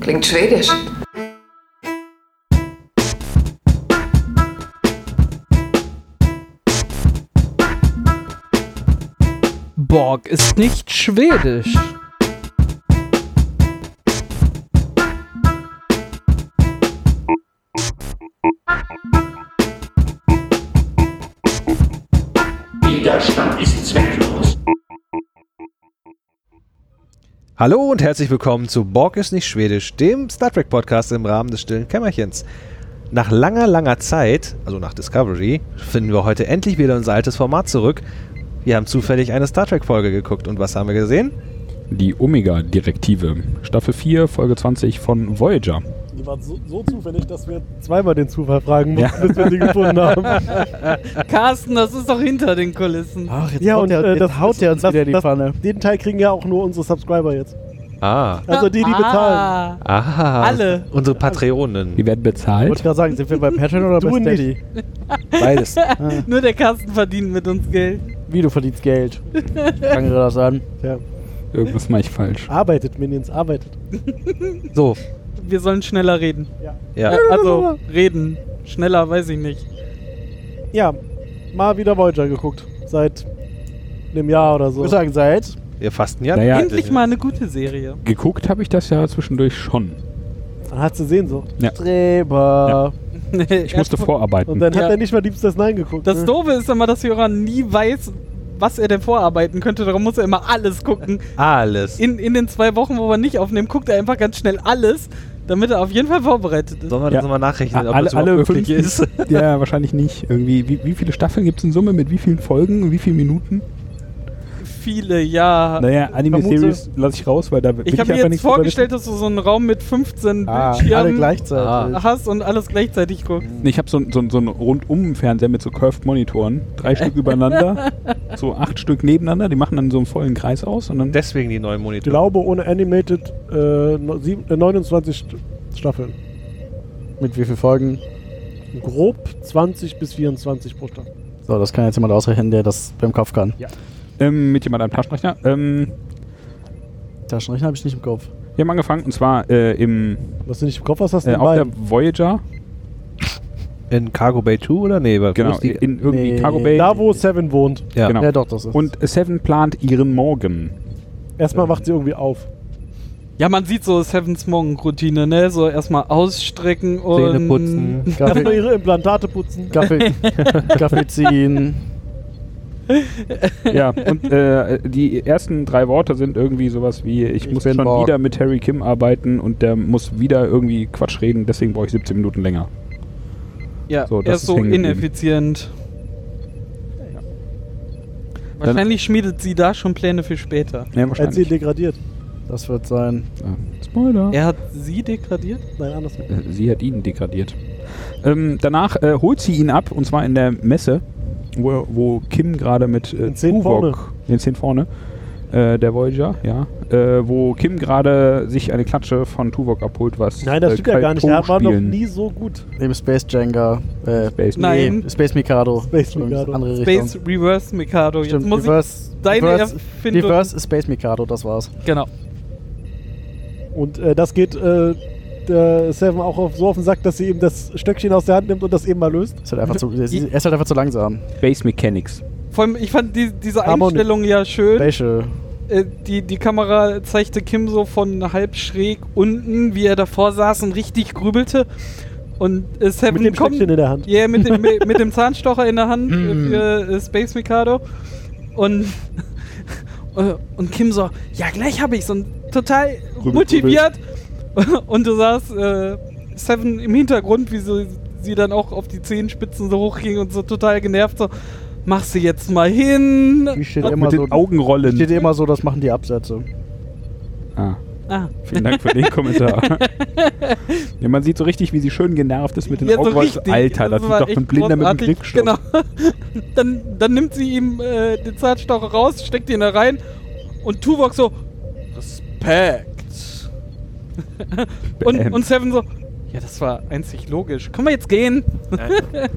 Klingt schwedisch. Borg ist nicht schwedisch. Widerstand ist zwecklos. Hallo und herzlich willkommen zu Borg ist nicht schwedisch, dem Star Trek Podcast im Rahmen des stillen Kämmerchens. Nach langer, langer Zeit, also nach Discovery, finden wir heute endlich wieder unser altes Format zurück. Wir haben zufällig eine Star Trek Folge geguckt und was haben wir gesehen? Die Omega-Direktive, Staffel 4, Folge 20 von Voyager. Die waren so, so zufällig, dass wir zweimal den Zufall fragen mussten, bis wir sie gefunden haben. Carsten, das ist doch hinter den Kulissen. Ach, jetzt Ja, haut und, der- äh, jetzt das- haut der uns das- wieder die das- Pfanne. Den Teil kriegen ja auch nur unsere Subscriber jetzt. Ah, Also die, die bezahlen. Ah, aha. Alle. Unsere Patreonen. Die werden Ich wollte bezahlt. gerade sagen, sind wir bei Patreon oder Du bei nicht. Steady? Beides. Nur der Carsten verdient mit uns Geld. Wie du verdienst Geld. Fangen wir das an. Irgendwas mache ich falsch. Arbeitet, Minions, arbeitet. So, Wir sollen schneller reden. ja. Äh, Also, reden. Schneller, weiß ich nicht. Ja, mal wieder Voyager geguckt. Seit einem Jahr oder so. Wir sagen seit. Wir fasten ja. Naja. Endlich mal eine gute Serie. Geguckt habe ich das ja zwischendurch schon. Dann hat sie Sehnsucht. Streber. Ich musste Und vorarbeiten. dann Ja. hat er nicht mal Liebstes Nein geguckt. Das Ne? Doofe ist immer, dass Jöran nie weiß, was er denn vorarbeiten könnte. Darum muss er immer alles gucken. Alles. In, in den zwei Wochen, wo wir nicht aufnehmen, guckt er einfach ganz schnell alles, damit er auf jeden Fall vorbereitet ist. Sollen wir das Ja. nochmal nachrechnen, ob Alle- das überhaupt alle möglich fünf- ist? Ja, wahrscheinlich nicht. Irgendwie, wie, wie viele Staffeln gibt es in Summe? Mit wie vielen Folgen? Wie vielen Minuten? Viele, ja. Naja, Vermute- Anime-Series lasse ich raus, weil da will ich habe mir einfach jetzt nichts drüber vorgestellt, dass du so einen Raum mit 15 Ah, alle Bildschirmen gleichzeitig. Ah. hast und alles gleichzeitig guckst. wissen. Nee, Ich habe so, einen- so, einen- so einen Rundum-Fernseher mit so Curved-Monitoren. Drei Stück übereinander. So acht Stück nebeneinander. Die machen dann so einen vollen Kreis aus. Und dann Deswegen die neuen Ich Monitore. glaube, ohne Animated äh, no- sieben- äh, 29 St Staffeln. Mit wie vielen Folgen? Grob 20 bis 24 pro Staffel. So, das kann jetzt jemand ausrechnen, der das beim Kopf kann. ähm, mit jemand am Taschenrechner. Ähm, Taschenrechner habe ich nicht im Kopf. wir haben angefangen und zwar äh, im Was du nicht im Kopf hast, hast du Äh, den auf der beiden. Voyager, In Cargo Bay 2 oder? Nee, wo genau, ist die? in irgendwie Nee. Cargo Bay. Da, wo Seven wohnt. ja. genau. Ja, doch, das ist. Und Seven plant ihren Morgen. Erstmal wacht sie irgendwie auf. Ja, man sieht so Seven's Morgen-Routine, ne? So erstmal ausstrecken und. Zähne putzen. Erstmal Kaffee, ihre Implantate putzen. Kaffee, Kaffee ziehen. ja, und äh, die ersten drei Worte sind irgendwie sowas wie: Ich, Ich muss bin schon Borg. wieder mit Harry Kim arbeiten und der muss wieder irgendwie Quatsch reden, deswegen brauche ich 17 Minuten länger. Ja, So, das er ist ist so hängen geblieben. ineffizient. Wahrscheinlich schmiedet sie da schon Pläne für später. Ja, Als sie wahrscheinlich. degradiert. Das wird sein. Ah, Spoiler. Er hat sie degradiert? Nein, andersrum. Äh, Sie hat ihn degradiert. Ähm, danach äh, holt sie ihn ab und zwar in der Messe, wo, wo Kim gerade mit äh, Den Zehn vorne. Tuvok, den zehn vorne, äh, der Voyager, ja, äh, wo Kim gerade sich eine Klatsche von Tuvok abholt, was Nein, das äh, stimmt ja gar nicht. Der war noch Kalto-Spielen- nie so gut. Im Space Jenga. Äh, Space Nein. Nee, Space Mikado. Space Mikado. Andere Richtung. Space Reverse Mikado. Stimmt, Jetzt muss Reverse, ich deine Reverse, Erfindung. Reverse Space Mikado, das war's. Genau. Und äh, das geht äh, der Seven auch auf, so auf den Sack, dass sie ihm das Stöckchen aus der Hand nimmt und das eben mal löst. Ist halt einfach zu, er ist halt einfach zu langsam. Space Mechanics. Vor allem, ich fand die, diese Harmonie. Einstellung ja schön. Special. Äh, die, die Kamera zeigte Kim so von halb schräg unten, wie er davor saß und richtig grübelte. Und äh, Seven Mit dem kommt, Stöckchen in der Hand. Ja, mit, dem, mit mit dem Zahnstocher in der Hand äh, für äh, Space Mikado. Und, äh, und Kim so, ja, gleich habe ich's. Und total grübel. motiviert. Und du sahst äh, Seven im Hintergrund, wie so, sie dann auch auf die Zehenspitzen so hochging und so total genervt so, mach sie jetzt mal hin. Die steht Mit immer den so. Augenrollen. Steht immer so, das machen die Absätze. ah, Ah. vielen Dank für den Kommentar. ja, man sieht so richtig, wie sie schön genervt ist mit den Ja, so Augenrollen. richtig. Alter, das, war sieht doch echt ein Blinder mit dem großartig. Kriegsstoff. Genau. Dann, dann nimmt sie ihm äh, den Zahnstocher raus, steckt ihn da rein und Tuvok so, Respekt. und, Bam. und Seven so, ja, das war einzig logisch. Können wir jetzt gehen?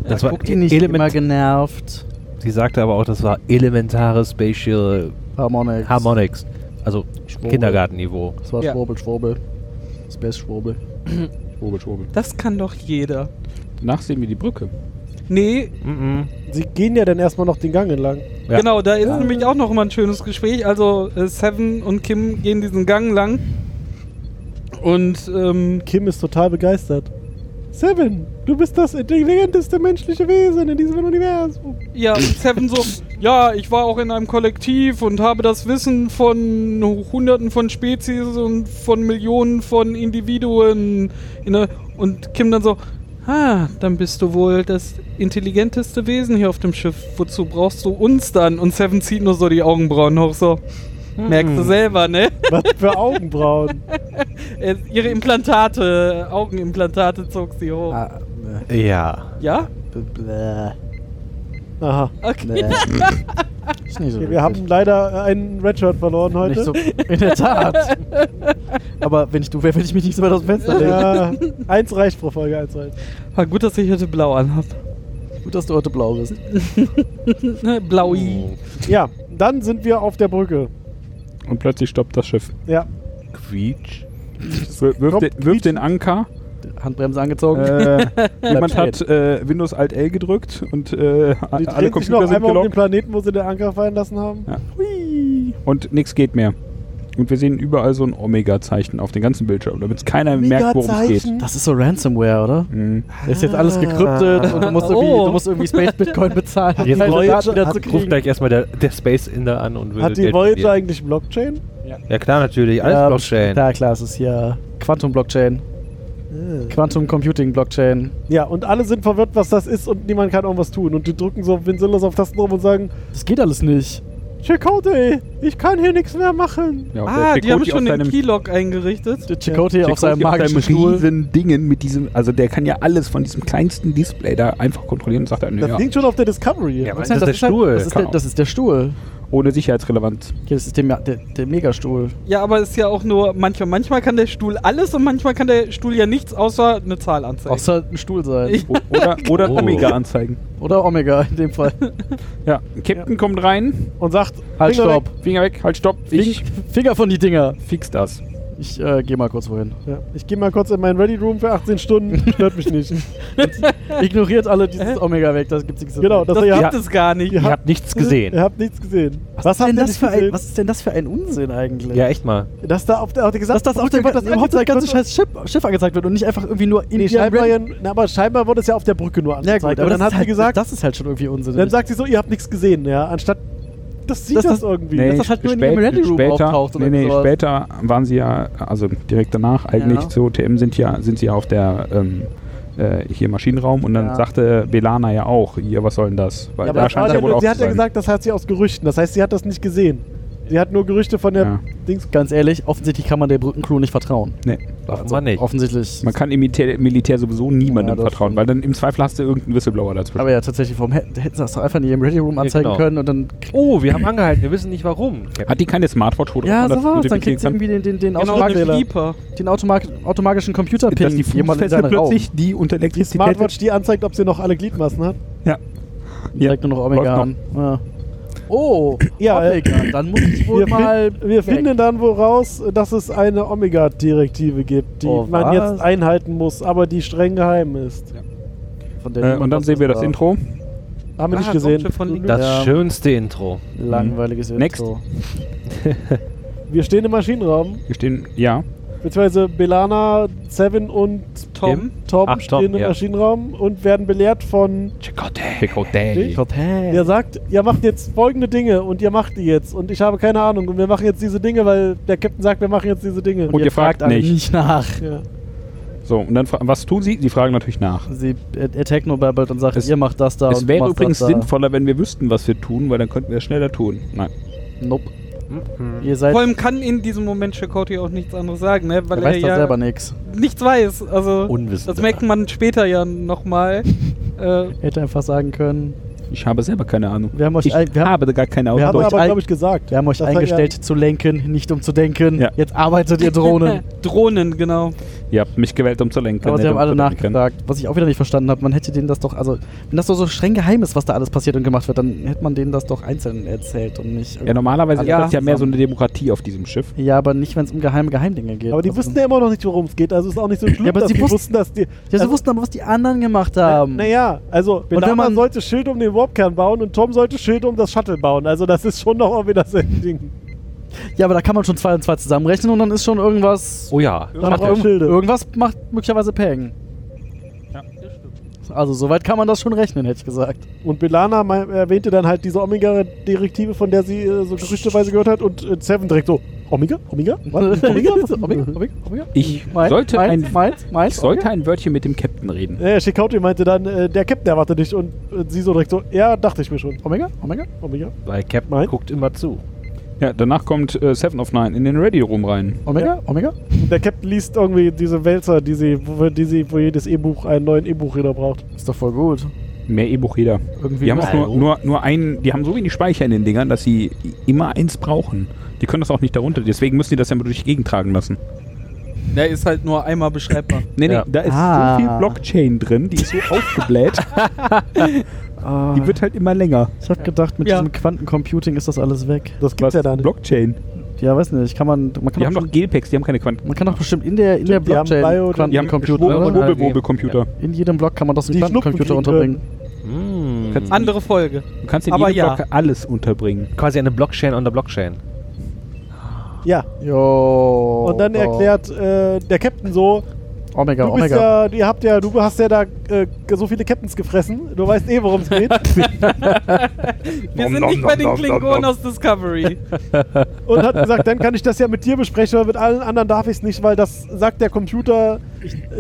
Das war Guckt die nicht element- immer genervt. Sie sagte aber auch, das war elementare Spatial Harmonics. Harmonics. Also Kindergartenniveau. Das war Ja. Schwurbel, Schwurbel. Space Schwurbel. Schwurbel, schwurbel. Das kann doch jeder. Danach sehen wir die Brücke. Nee, Mhm. Sie gehen ja dann erstmal noch den Gang entlang. Ja. genau, da ist nämlich auch noch mal ein schönes Gespräch. Also äh, Seven und Kim gehen diesen Gang lang und ähm, Kim ist total begeistert. Seven, du bist das intelligenteste menschliche Wesen in diesem Universum. ja, und Seven so, ja, ich war auch in einem Kollektiv und habe das Wissen von Hunderten von Spezies und von Millionen von Individuen in der, und Kim dann so, ah, dann bist du wohl das intelligenteste Wesen hier auf dem Schiff. Wozu brauchst du uns dann? Und Seven zieht nur so die Augenbrauen hoch so. Hm. Merkst du selber, ne? Was für Augenbrauen. Äh, ihre Implantate, äh, Augenimplantate zog sie hoch. Ah, ne. Ja. Ja? B- bläh. Aha. Okay. Nee. ist nicht so Okay, wirklich. wir haben leider äh, einen Redshirt verloren heute. Nicht so, in der Tat. Aber wenn ich du wäre, würde ich mich nicht so weit aus dem Fenster legen. ja, eins reicht pro Folge, eins reicht. War gut, dass ich heute blau anhab. Gut, dass du heute blau bist. Ne, Oh. Blaui. Ja, dann sind wir auf der Brücke. Und plötzlich stoppt das Schiff. Ja, Quietsch. Wir- Wirft den, wirft den Anker. Handbremse angezogen. Äh, jemand Bleibt hat äh, Windows Alt L gedrückt und äh, alle die drehen sich noch Computer sind einmal um den gelockt. Planeten, wo sie den Anker fallen lassen haben. Ja. Und nichts geht mehr. Und wir sehen überall so ein Omega-Zeichen auf dem ganzen Bildschirm, damit keiner merkt, worum es geht. Das ist so Ransomware, oder? Mhm. Das ist jetzt alles gekryptet und du musst irgendwie, Oh. du musst irgendwie Space Bitcoin bezahlen, um Jetzt deine Leute, Daten wieder Also hat- zu Ruft kriegen. gleich erstmal der, der Space Inder an und will Hat die Geld Voyager probieren. eigentlich Blockchain? Ja klar, natürlich. Alles Ja, Blockchain. Klar, klar, es ist hier Quantum Blockchain, Quantum Computing Blockchain. Ja, und alle sind verwirrt, was das ist und niemand kann irgendwas tun. Und die drücken so sinnlos auf Tasten rum und sagen, Das geht alles nicht. Chicote, ich kann hier nichts mehr machen. Ja, und Ah, der die haben Chakotay schon auf den seinem- Keylog eingerichtet. Der Chicote Chakotay auf seinem magischen Stuhl. riesen Dingen mit diesem, also der kann ja alles von diesem kleinsten Display da einfach kontrollieren und sagt dann, Das ja, klingt schon auf der Discovery. Ja, aber Was das ist der halt- Stuhl. Das ist der, das ist der Stuhl. ohne Sicherheitsrelevanz. Okay, das ist der, der, der Megastuhl. Ja, aber ist ja auch nur manchmal. Manchmal kann der Stuhl alles und manchmal kann der Stuhl ja nichts außer eine Zahl anzeigen. Außer ein Stuhl sein. Ich- O oder oder Oh. Omega-Anzeigen. Oder Omega in dem Fall. Ja, Captain kommt rein, Und sagt, Halt, Finger stopp. Finger weg, halt, stopp, ich Fing- Finger von die Dinger. fix das. Ich äh, geh mal kurz wohin. weg. Ja, ich gehe mal kurz in meinen Ready Room für 18 Stunden, stört mich nicht. Ignoriert alle dieses Omega weg, das gibt's nichts. zu genau, sagen. das, das ihr, gibt habt, es gar nicht. Ihr habt nichts gesehen. ihr habt nichts gesehen. Was, ist habt denn ihr das nicht für ein, gesehen? was ist denn das für ein Unsinn eigentlich? Ja, echt mal. Dass da auf der, auf der dass gesamten das auf der, Brücke dass überhaupt das ganze scheiß Schiff, Schiff angezeigt wird und nicht einfach irgendwie nur in Nee, scheinbar ja, na, aber scheinbar wurde es ja auf der Brücke nur Ja angezeigt. gut, aber aber dann das hat ist sie halt, gesagt, das ist halt schon irgendwie Unsinn. dann sagt sie so, ihr habt nichts gesehen, ja, anstatt das sieht Dass das, das- irgendwie. dass das halt nur in spät- ihrem Ready Room später, auftaucht oder Nee, nee, sowas. später waren sie ja, also direkt danach eigentlich Ja. zu TM sind ja, sind sie ja auf der ähm, äh, hier Maschinenraum und dann Ja. sagte Belana ja auch, hier, was soll denn das? Weil Ja, aber da das war scheint ja ja wohl nur, auch sie zu hat ja sein. gesagt, das hat sie aus Gerüchten. Das heißt, sie hat das nicht gesehen. Sie hat nur Gerüchte von der Ja. Dings. ganz ehrlich, offensichtlich kann man der Brückencrew nicht vertrauen. nee. Offenbar nicht. Offensichtlich. Man kann im Militär, Militär sowieso niemandem Ja, das vertrauen, weil dann im Zweifel hast du irgendeinen Whistleblower dazwischen. aber ja, tatsächlich, warum hätten, hätten sie das doch einfach nicht im Ready Room anzeigen genau. können und dann. Oh, wir haben angehalten. Wir wissen nicht warum. Captain. hat die keine Smartwatch, wo Ja, drauf man so war's. Dann notifizieren kriegt sie kann? irgendwie den, den, den, Genau, automatischen- eine Keeper. den automat automatischen Computerpin. dass die jemand in Fußfessel seinen Raum. plötzlich die unter Die Elektrizität Smartwatch, die anzeigt, ob sie noch alle Gliedmaßen hat. Ja. ja. Zeigt nur noch Omega Läuft an. Ja. Oh, Ja, äh, Omega. Dann muss ich wohl Wir, mal. fin wir finden dann wohl raus, dass es eine Omega-Direktive gibt, die Oh, man was? jetzt einhalten muss, aber die streng geheim ist. Von der Äh, niemand und dann was sehen wir das war. Intro. Haben wir Ah, nicht das gesehen. Raumschiff von Link. Das Ja. schönste Intro. Langweiliges Mhm. Next. Intro. Wir stehen im Maschinenraum, Wir stehen, ja, beziehungsweise Belana, Seven und Tom. Tom Ach, Tom, stehen im ja. Maschinenraum und werden belehrt von, Chicote. Gott, hey. der sagt, ihr macht jetzt folgende Dinge und ihr macht die jetzt und ich habe keine Ahnung und wir machen jetzt diese Dinge, weil der Captain sagt, wir machen jetzt diese Dinge. Und ihr fragt alle nicht. nicht nach. ja. So, und dann, fra- was tun sie? Sie fragen natürlich nach. Sie er- er technobabbelt und sagt, Es- ihr macht das da es und wäre macht übrigens das da. sinnvoller, wenn wir wüssten, was wir tun, weil dann könnten wir es schneller tun. Nein. Nope. Mhm. Ihr seid, Vor allem kann in diesem Moment Chakoti auch nichts anderes sagen, ne? weil er er, weiß doch ja selber nichts. nichts weiß. Also Unwissender. das merkt man später ja nochmal. äh, Hätte einfach sagen können, Ich habe selber keine Ahnung. wir haben euch, Ich ein, wir haben, habe gar keine Wir Ahnung. haben Haben Deutsch. wir euch aber, ein- glaube ich, gesagt. wir haben euch Das war ja- eingestellt zu lenken, nicht um zu denken. Ja. Jetzt arbeitet ihr Drohnen. Drohnen, genau. Ihr habt mich gewählt, um zu lenken. Aber sie nicht haben um alle zu denken. nachgefragt. Was ich auch wieder nicht verstanden habe, man hätte denen das doch, also, wenn das doch so streng geheim ist, was da alles passiert und gemacht wird, dann hätte man denen das doch einzeln erzählt und nicht. Ja, normalerweise Also Ja, ist das ja mehr so zusammen. eine Demokratie auf diesem Schiff. Ja, aber nicht, wenn es um geheime Geheimdinge geht. Aber die Also- wussten ja immer noch nicht, worum es geht. Also ist auch nicht so schlimm, Ja, aber dass sie die wussten- wussten, dass die... Ja, sie also, wussten aber, was die anderen gemacht haben. Naja, also wenn Benama man- sollte Schild um den Warpkern bauen und Tom sollte Schild um das Shuttle bauen. Also das ist schon noch irgendwie dasselbe Ding. Ja, aber da kann man schon zwei und zwei zusammenrechnen und dann ist schon irgendwas. Oh ja. Dann macht braucht irgend- Schilde. irgendwas macht möglicherweise Peng. Ja, Also, soweit kann man das schon rechnen, hätte ich gesagt. Und Belana mei- erwähnte dann halt diese Omega-Direktive, von der sie äh, so gerüchteweise gehört hat. Und äh, Seven direkt so, Omega? Omega? Was? Omega? Was? Omega, Omega, Omega? Ich Mein- sollte mein, ein- mein, mein, Ich sollte ein Wörtchen mit dem Captain reden. Äh, Shikauti meinte dann, äh, der Captain erwartet dich. Und äh, sie so direkt so, ja, dachte ich mir schon. Omega, Omega? Omega? Weil Captain Nein. guckt immer zu. Ja, danach kommt äh, Seven of Nine in den Radio-Room rein. Omega? Omega? Und der Captain liest irgendwie diese Wälzer, die sie, wo, die sie, wo jedes E-Buch einen neuen E-Buchreader braucht. Ist doch voll gut. Mehr E-Buch jeder. Irgendwie Die haben auch müssen- nur, nur, nur einen, die haben so wenig Speicher in den Dingern, dass sie immer eins brauchen. Die können das auch nicht darunter, deswegen müssen die das ja mal durch die Gegend tragen lassen. Der ist halt nur einmal beschreibbar. Nee, nee, Ja. da ist Ah. so viel Blockchain drin, die ist so aufgebläht, Ah, die wird halt immer länger. ich hab gedacht, mit Ja. diesem Quantencomputing ist das alles weg. Das gibt's ja da nicht. Blockchain. Ja, weiß nicht. Kann man, man, kann Die haben doch bestimmt, Gelpacks, die haben keine Quanten. man kann doch bestimmt in der, in der die haben Blockchain Bio- die Die haben Quantencomputer. Schwurbel- oder? Wobel- Wobel- Computer. In jedem Block kann man doch so einen Die Quantencomputer Schnuppen fliegen unterbringen. Mm. Kannst- Andere Folge. Du kannst in Aber jedem ja. Block alles unterbringen. Quasi eine Blockchain on der Blockchain. Ja. Jo. Und dann oh. erklärt äh, der Captain so, Omega, du bist Omega. ja, ihr habt ja, du hast ja da äh, so viele Captains gefressen, du weißt eh, worum es geht. Wir sind nicht bei den Klingonen aus Discovery. und hat gesagt, dann kann ich das ja mit dir besprechen, weil mit allen anderen darf ich es nicht, weil das sagt der Computer,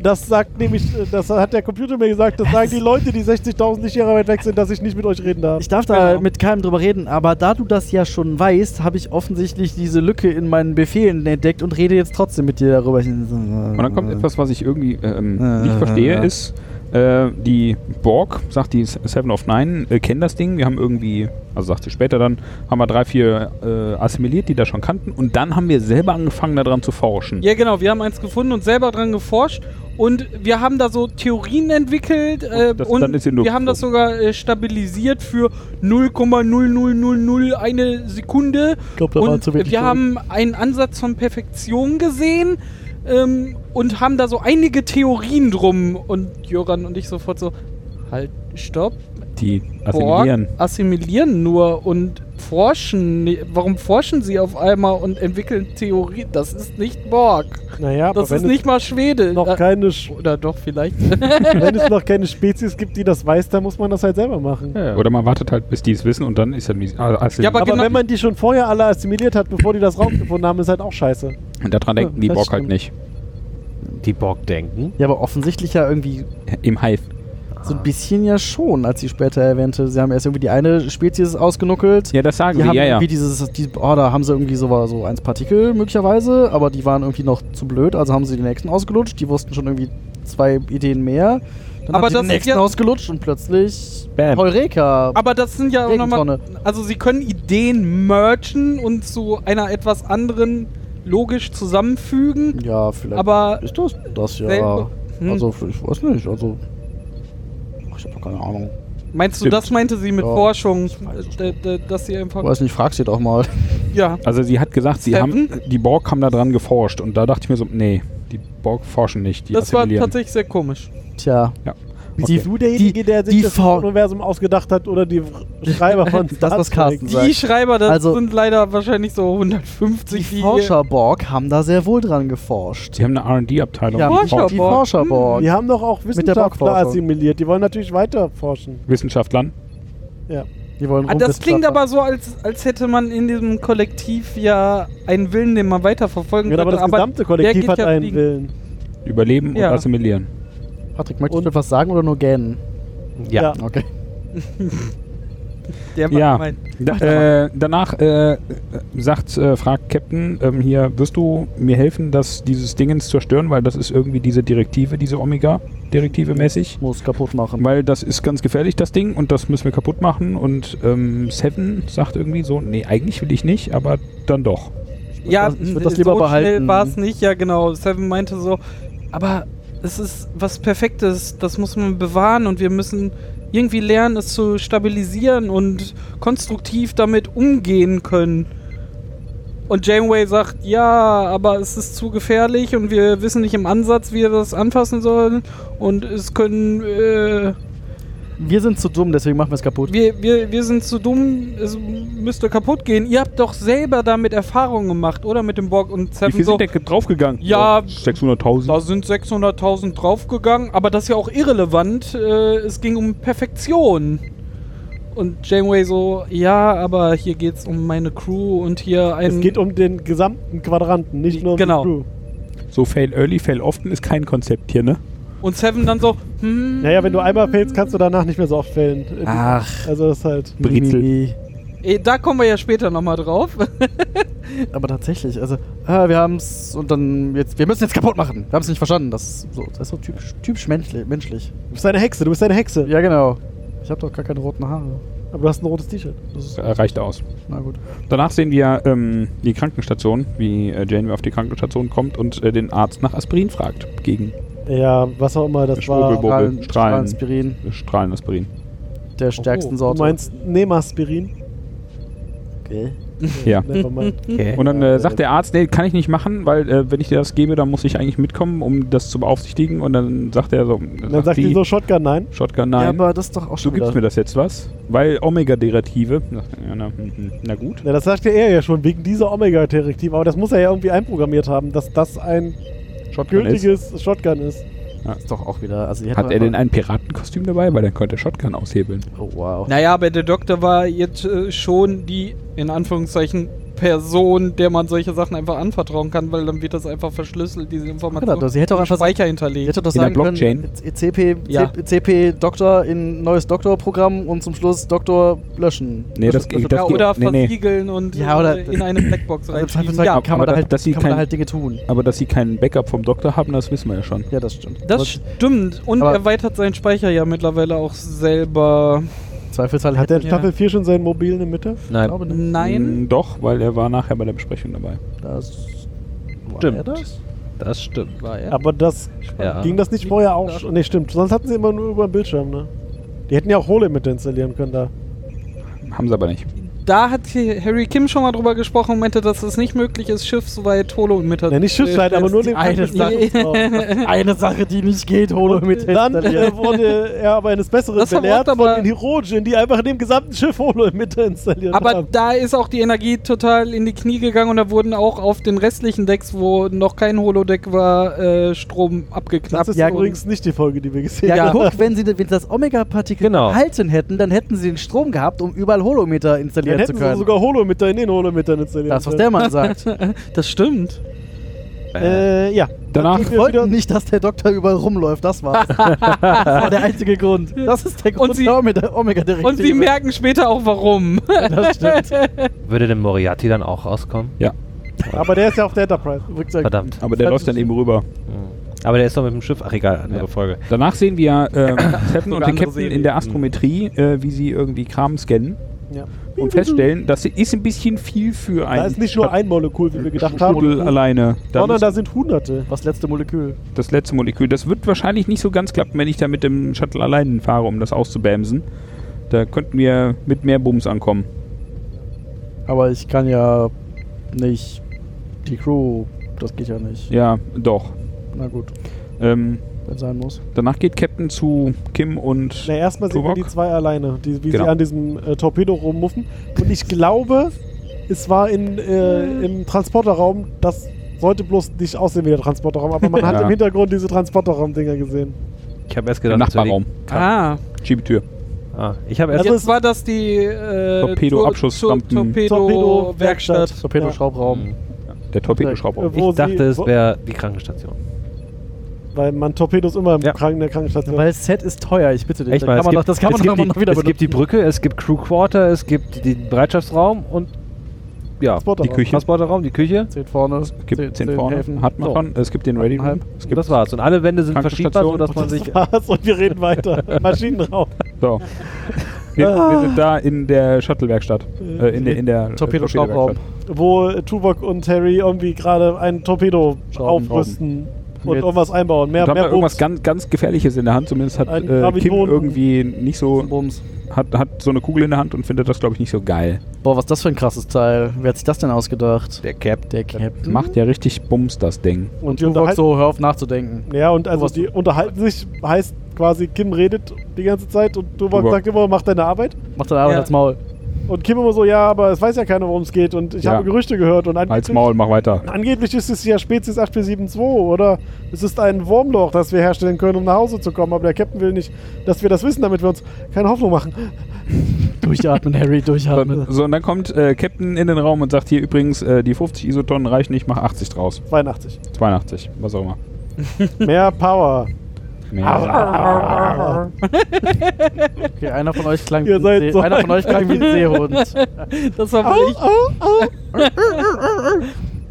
das sagt nämlich, äh, das hat der Computer mir gesagt, das sagen die Leute, die 60.000 Lichtjahre weit weg sind, dass ich nicht mit euch reden darf. Ich darf da Genau. mit keinem drüber reden, aber da du das ja schon weißt, habe ich offensichtlich diese Lücke in meinen Befehlen entdeckt und rede jetzt trotzdem mit dir darüber. Und Und dann Ah. kommt etwas, was ich irgendwie ähm, nicht Äh, verstehe, ja. ist, äh, die Borg, sagt die Seven of Nine, äh, kennen das Ding. Wir haben irgendwie, also sagt sie später dann, haben wir drei, vier äh, assimiliert, die das schon kannten. Und dann haben wir selber angefangen, daran zu forschen. ja, genau. Wir haben eins gefunden und selber dran geforscht. Und wir haben da so Theorien entwickelt. Äh, Und das- und dann ist sie in Luft wir haben das sogar äh, stabilisiert für 0,0000 eine Sekunde. Ich glaub, da und waren zu wenig wir Leute. haben einen Ansatz von Perfektion gesehen. Ähm, und haben da so einige Theorien drum. Und Joran und ich sofort so, halt, stopp. Die Borg assimilieren. assimilieren nur und forschen. ni- Warum forschen sie auf einmal und entwickeln Theorie? Das ist nicht Borg. Naja, aber Das wenn ist nicht mal Schwede. es noch Äh, keine, Sch- Oder doch vielleicht. wenn es noch keine Spezies gibt, die das weiß, dann muss man das halt selber machen. Ja. Oder man wartet halt, bis die es wissen und dann ist dann die ah, Ja, assimiliert. aber- Aber genau- wenn man die schon vorher alle assimiliert hat, bevor die das rausgefunden haben, ist halt auch scheiße. Und daran denken die das Borg halt stimmt. nicht. Die Borg denken. Ja, aber offensichtlich ja irgendwie Im Hive. so ein bisschen ja schon, als sie später erwähnte. Sie haben erst irgendwie die eine Spezies ausgenuckelt. Ja, das sagen Die sie, haben ja, ja. irgendwie dieses, die, oh, da haben sie irgendwie so, war so eins Partikel möglicherweise, aber die waren irgendwie noch zu blöd, also haben sie den nächsten ausgelutscht. Die wussten schon irgendwie zwei Ideen mehr. Dann Aber haben sie das den ist nächsten ja- ausgelutscht und plötzlich Bam. Heureka. Aber das sind ja auch nochmal. Also sie können Ideen mergen und zu einer etwas anderen logisch zusammenfügen. ja, vielleicht. Aber Ist das das ja? Selbe- Hm. Also, ich weiß nicht, also. Ach, ich hab doch keine Ahnung. meinst du, Stimmt. das meinte sie mit Ja, Forschung? äh, weiß ich D- d- Dass sie einfach. Weiß nicht, frag sie doch mal. Ja. Also sie hat gesagt, sie haben, Seven? die Borg haben da dran geforscht und da dachte ich mir so, nee, die Borg forschen nicht, die Das war assimilieren. tatsächlich sehr komisch. Tja. Ja. Die- Okay. Du derjenige, Die- der sich die das Frau- Universum ausgedacht hat oder die Schreiber von Das, was Star Carsten Trek. sagt. Die Schreiber, das Also- sind leider wahrscheinlich so 150, Die Forscher Borg haben da sehr wohl dran geforscht. Sie haben eine R&D-Abteilung. Ja, die Forscher- forscht. die Forscher Borg. Hm. Die haben doch auch der Borgforschung. Wissenschaftler assimiliert. Die wollen natürlich weiter forschen. Wissenschaftlern. Ja. Die wollen Ah, das klingt rumwissenschaftler. aber so, als, als hätte man in diesem Kollektiv ja einen Willen, den man weiterverfolgen Ja, aber das könnte. gesamte der Kollektiv geht hat ja einen fliegen. Willen. Überleben Ja. und assimilieren. Patrick, möchtest Und- du etwas sagen oder nur gähnen? Ja. Okay. Der war Ja. mein- Da, äh, danach äh, sagt, äh, fragt Captain, ähm, hier, wirst du mir helfen, das, dieses Dingens zerstören, weil das ist irgendwie diese Direktive, diese Omega-Direktive mäßig. Muss kaputt machen. Weil das ist ganz gefährlich, das Ding, und das müssen wir kaputt machen. Und ähm, Seven sagt irgendwie so, nee, eigentlich will ich nicht, aber dann doch. ja, das- ich würd das lieber so behalten. schnell war es nicht. Ja, genau. Seven meinte so, Aber es ist was Perfektes, das muss man bewahren und wir müssen irgendwie lernen, es zu stabilisieren und konstruktiv damit umgehen können. Und Janeway sagt, ja, aber es ist zu gefährlich und wir wissen nicht im Ansatz, wie wir das anfassen sollen und es können äh, Wir sind zu dumm, deswegen machen wir es kaputt. wir, wir, wir sind zu dumm, es müsste kaputt gehen. Ihr habt doch selber damit Erfahrungen gemacht, oder? Mit dem Borg und Wie Seven viel so. sind denn ge- draufgegangen? Ja. Oh, 600.000. Da sind 600.000 draufgegangen, aber das ist ja auch irrelevant. Äh, es ging um Perfektion. Und Janeway so, ja, aber hier geht's um meine Crew und hier ein. Es geht um den gesamten Quadranten, nicht nur um Genau. die Crew. So fail early, fail often ist kein Konzept hier, ne? und Seven dann so, hm, Naja, wenn du einmal failst, kannst du danach nicht mehr so oft fällen. Ah. Ach. Also das ist halt. Brezel. Mimimi. eh, da kommen wir ja später nochmal drauf. Aber tatsächlich, also, ah, wir haben es und dann jetzt, wir müssen jetzt kaputt machen. Wir haben es nicht verstanden. Das ist so, das ist so typisch, typisch menschlich, menschlich. Du bist eine Hexe, du bist eine Hexe. Ja, genau. Ich habe doch gar keine roten Haare. Aber du hast ein rotes T-Shirt. Das ist, Äh, Reicht aus. na gut. Danach sehen wir ähm, die Krankenstation, wie äh, Janeway auf die Krankenstation kommt und äh, den Arzt nach Aspirin fragt. Gegen Ja, was auch immer das war. Schwurbelbo- Bobel, Strahlen. Ah, Spirin, Strahlenaspirin. der Oh, stärksten Du Sorte. meinst Nemaspirin? Äh, okay. Ja. Nevermind. Okay. Und dann Ja, äh, sagt der Arzt, nee, kann ich nicht machen, weil äh, wenn ich dir das gebe, dann muss ich eigentlich mitkommen, um das zu beaufsichtigen. Und dann sagt er so, Und dann sagt die so Shotgun nein. Shotgun, Ja, nein, aber das ist doch auch du schon gibst mir wieder. das jetzt was, weil Omega-Derivative. Ja, na, mhm, na gut. Ja, das sagte er ja schon, wegen dieser Omega-Direktive. Aber das muss er ja irgendwie einprogrammiert haben, dass das ein Shotgun ist. gültiges Shotgun ist. Das ist doch auch wieder. Also die hätten Hat er einfach- denn ein Piratenkostüm dabei? Weil dann könnte er Shotgun aushebeln. Oh, wow. naja, aber der Doktor war jetzt äh, schon die, in Anführungszeichen, Person, der man solche Sachen einfach anvertrauen kann, weil dann wird das einfach verschlüsselt, diese Information. Genau, sie hätte auch im einfach- Speicher Ihr hinterlegt. hättet doch In der sagen können, Blockchain. CP, Ja. CP Doktor in neues Doktorprogramm und zum Schluss Doktor löschen. Nee, das, Löschen, das, löschen. ja, geht- oder nee, nee. versiegeln und Ja, oder- äh, in eine Blackbox Also im reinschieben. Zweifelsfall Ja, kann, aber man da das- halt, das sieht kann man da kein- halt Dinge tun. Aber dass sie keinen Backup vom Doktor haben, das wissen wir ja schon. Ja, das stimmt. Das Aber stimmt. Und aber- erweitert seinen Speicher ja mittlerweile auch selber. im Zweifelsfall Hat hätte der ich in Staffel 4 schon seinen mobilen in Mitte? Nein. glaube nicht. Nein. Hm. Mm, Doch, weil er war nachher bei der Besprechung dabei. Das Stimmt. War er das? Das stimmt. War er? Aber das Ja. ging das nicht vorher auch schon. Nee, stimmt. Sonst hatten sie immer nur über den Bildschirm, ne? Die hätten ja auch Hole mit installieren können da. Haben sie aber nicht. Da hat hier Harry Kim schon mal drüber gesprochen und meinte, dass es nicht möglich ist, schiffsweit Holo und Mitter. Ja, nicht Schiffsleiter, aber nur den eine Sachen drauf. Eine Sache, die nicht geht, hol mit genau. Dann installieren. äh, wurde er aber eines Besseren Das belehrt verwirrt von aber- den Hirurgen, die einfach in dem gesamten Schiff Holo in Mitte installiert Aber haben. da ist auch die Energie total in die Knie gegangen und da wurden auch auf den restlichen Decks, wo noch kein Holodeck war, äh, Strom abgeknappt. Das ist ja, übrigens nicht die Folge, die wir gesehen Ja, haben. guck, wenn sie wenn sie das Omega-Partikel Genau. gehalten hätten, dann hätten sie den Strom gehabt, um überall Holometer Dann installieren zu hätten sie können. sogar Holometer in den Holometern installiert. das, was der Mann sagt. das stimmt. Äh, ja. Danach- Dann Wir gehen wir wieder- wollten nicht, dass der Doktor überall rumläuft, das war's. das war der einzige Grund. Das ist der Grund Und sie- der Omega- Omega-Direktive. Und sie merken später auch warum. das stimmt. Würde denn Moriarty dann auch rauskommen? Aber der ist ja auf der Enterprise. Rückseite. Verdammt. Aber der läuft dann eben rüber. Aber der ist doch mit dem Schiff. Ach, egal, andere Ja. Folge. Danach sehen wir ähm, Captain und andere den Captain Serie. in der Astrometrie, äh, wie sie irgendwie Kram scannen Ja. und feststellen, das ist ein bisschen viel für Mhm. Da einen ist nicht nur ein Molekül, wie wir gedacht haben, Strudel also alleine. Da sondern ist da sind Hunderte. Das letzte Molekül. das letzte Molekül. Das wird wahrscheinlich nicht so ganz klappen, wenn ich da mit dem Shuttle allein fahre, um das auszubämsen. Da könnten wir mit mehr Bums ankommen. Aber ich kann ja nicht die Crew. Das geht ja nicht. Ja, doch. Na gut, Ähm, wenn sein muss. danach geht Captain zu Kim und Na, erstmal sehen wir Tuvok? die zwei alleine, die, wie Genau. sie an diesem äh, Torpedo rummuffen. Und ich glaube, es war in, äh, im Transporterraum, das sollte bloß nicht aussehen wie der Transporterraum, aber man hat Ja. im Hintergrund diese Transporterraum-Dinger gesehen. Ich habe erst der gedacht, das wäre die- Nachbarraum. Ah. Schiebetür. Ah, ich habe erst. Also Jetzt es- war das die äh, Torpedo-Abschussrampen. Torpedo-Werkstatt. Torpedo-Werkstatt. Torpedo-Schraubraum. Der Torpedoschrauber. Äh, wo ich dachte, sie- es wo- wäre die Krankenstation. Weil man Torpedos immer im Ja. Kranken der Krankenstation Weil Set ist teuer, ich bitte dich. Echt Da mal, kann man doch, das kann es man gibt doch die, noch wieder Es gibt die benutzen. Brücke, es gibt Crew Quarter, es gibt den Bereitschaftsraum und. Ja, Transporterraum. Die Küche. Transporterraum, die Küche. Zehn vorne. Es Gibt 10 vorne. Hat man schon. Es gibt den Ready Room. Halb. Es Und gibt das war's. Und alle Wände sind verschiebbar, sodass Krankenstation. man sich. war's und wir reden weiter. Maschinenraum. So. Wir, wir sind da in der Shuttle-Werkstatt. Äh, in der, in der Torpedoschraubraum. äh, Torpedowerkstatt. Wo Tuvok und Harry irgendwie gerade einen Torpedo Schrauben. aufrüsten. und irgendwas einbauen. Mehr, Und haben mehr da irgendwas Obst. ganz, ganz Gefährliches in der Hand. Zumindest hat Ein äh, Kim Graviton. irgendwie nicht so, Bums. hat, hat so eine Kugel in der Hand und findet das, glaube ich, nicht so geil. Boah, was ist das für ein krasses Teil? Wer hat sich das denn ausgedacht? Der Cap. Der Mhm. Captain. halt- Macht ja richtig Bums, das Ding. Und die Tuvok unterhalten- so, hör auf nachzudenken. Ja, und also Was- die unterhalten sich, heißt quasi, Kim redet die ganze Zeit und du Tuvok. sagt immer, mach deine Arbeit. Mach deine Arbeit Ja. als Maul. Und Kim immer so, ja, aber es weiß ja keiner, worum es geht und ich Ja. habe Gerüchte gehört und Als angeblich, Maul, mach weiter. angeblich ist es ja Spezies 8472 oder es ist ein Wurmloch, das wir herstellen können, um nach Hause zu kommen, aber der Captain will nicht, dass wir das wissen, damit wir uns keine Hoffnung machen. Durchatmen, Harry, So, durchatmen. so, und dann kommt äh, Captain in den Raum und sagt hier übrigens, äh, die 50 Isotonnen reichen nicht, mach 80 draus. 82. 82, was auch immer. Mehr Power. Ah. Mehr. Okay, einer von euch klang wie Ihr ein seid See- so einer ein- von euch klang wie ein Seehund. Das war Au, wohl ich. au, au.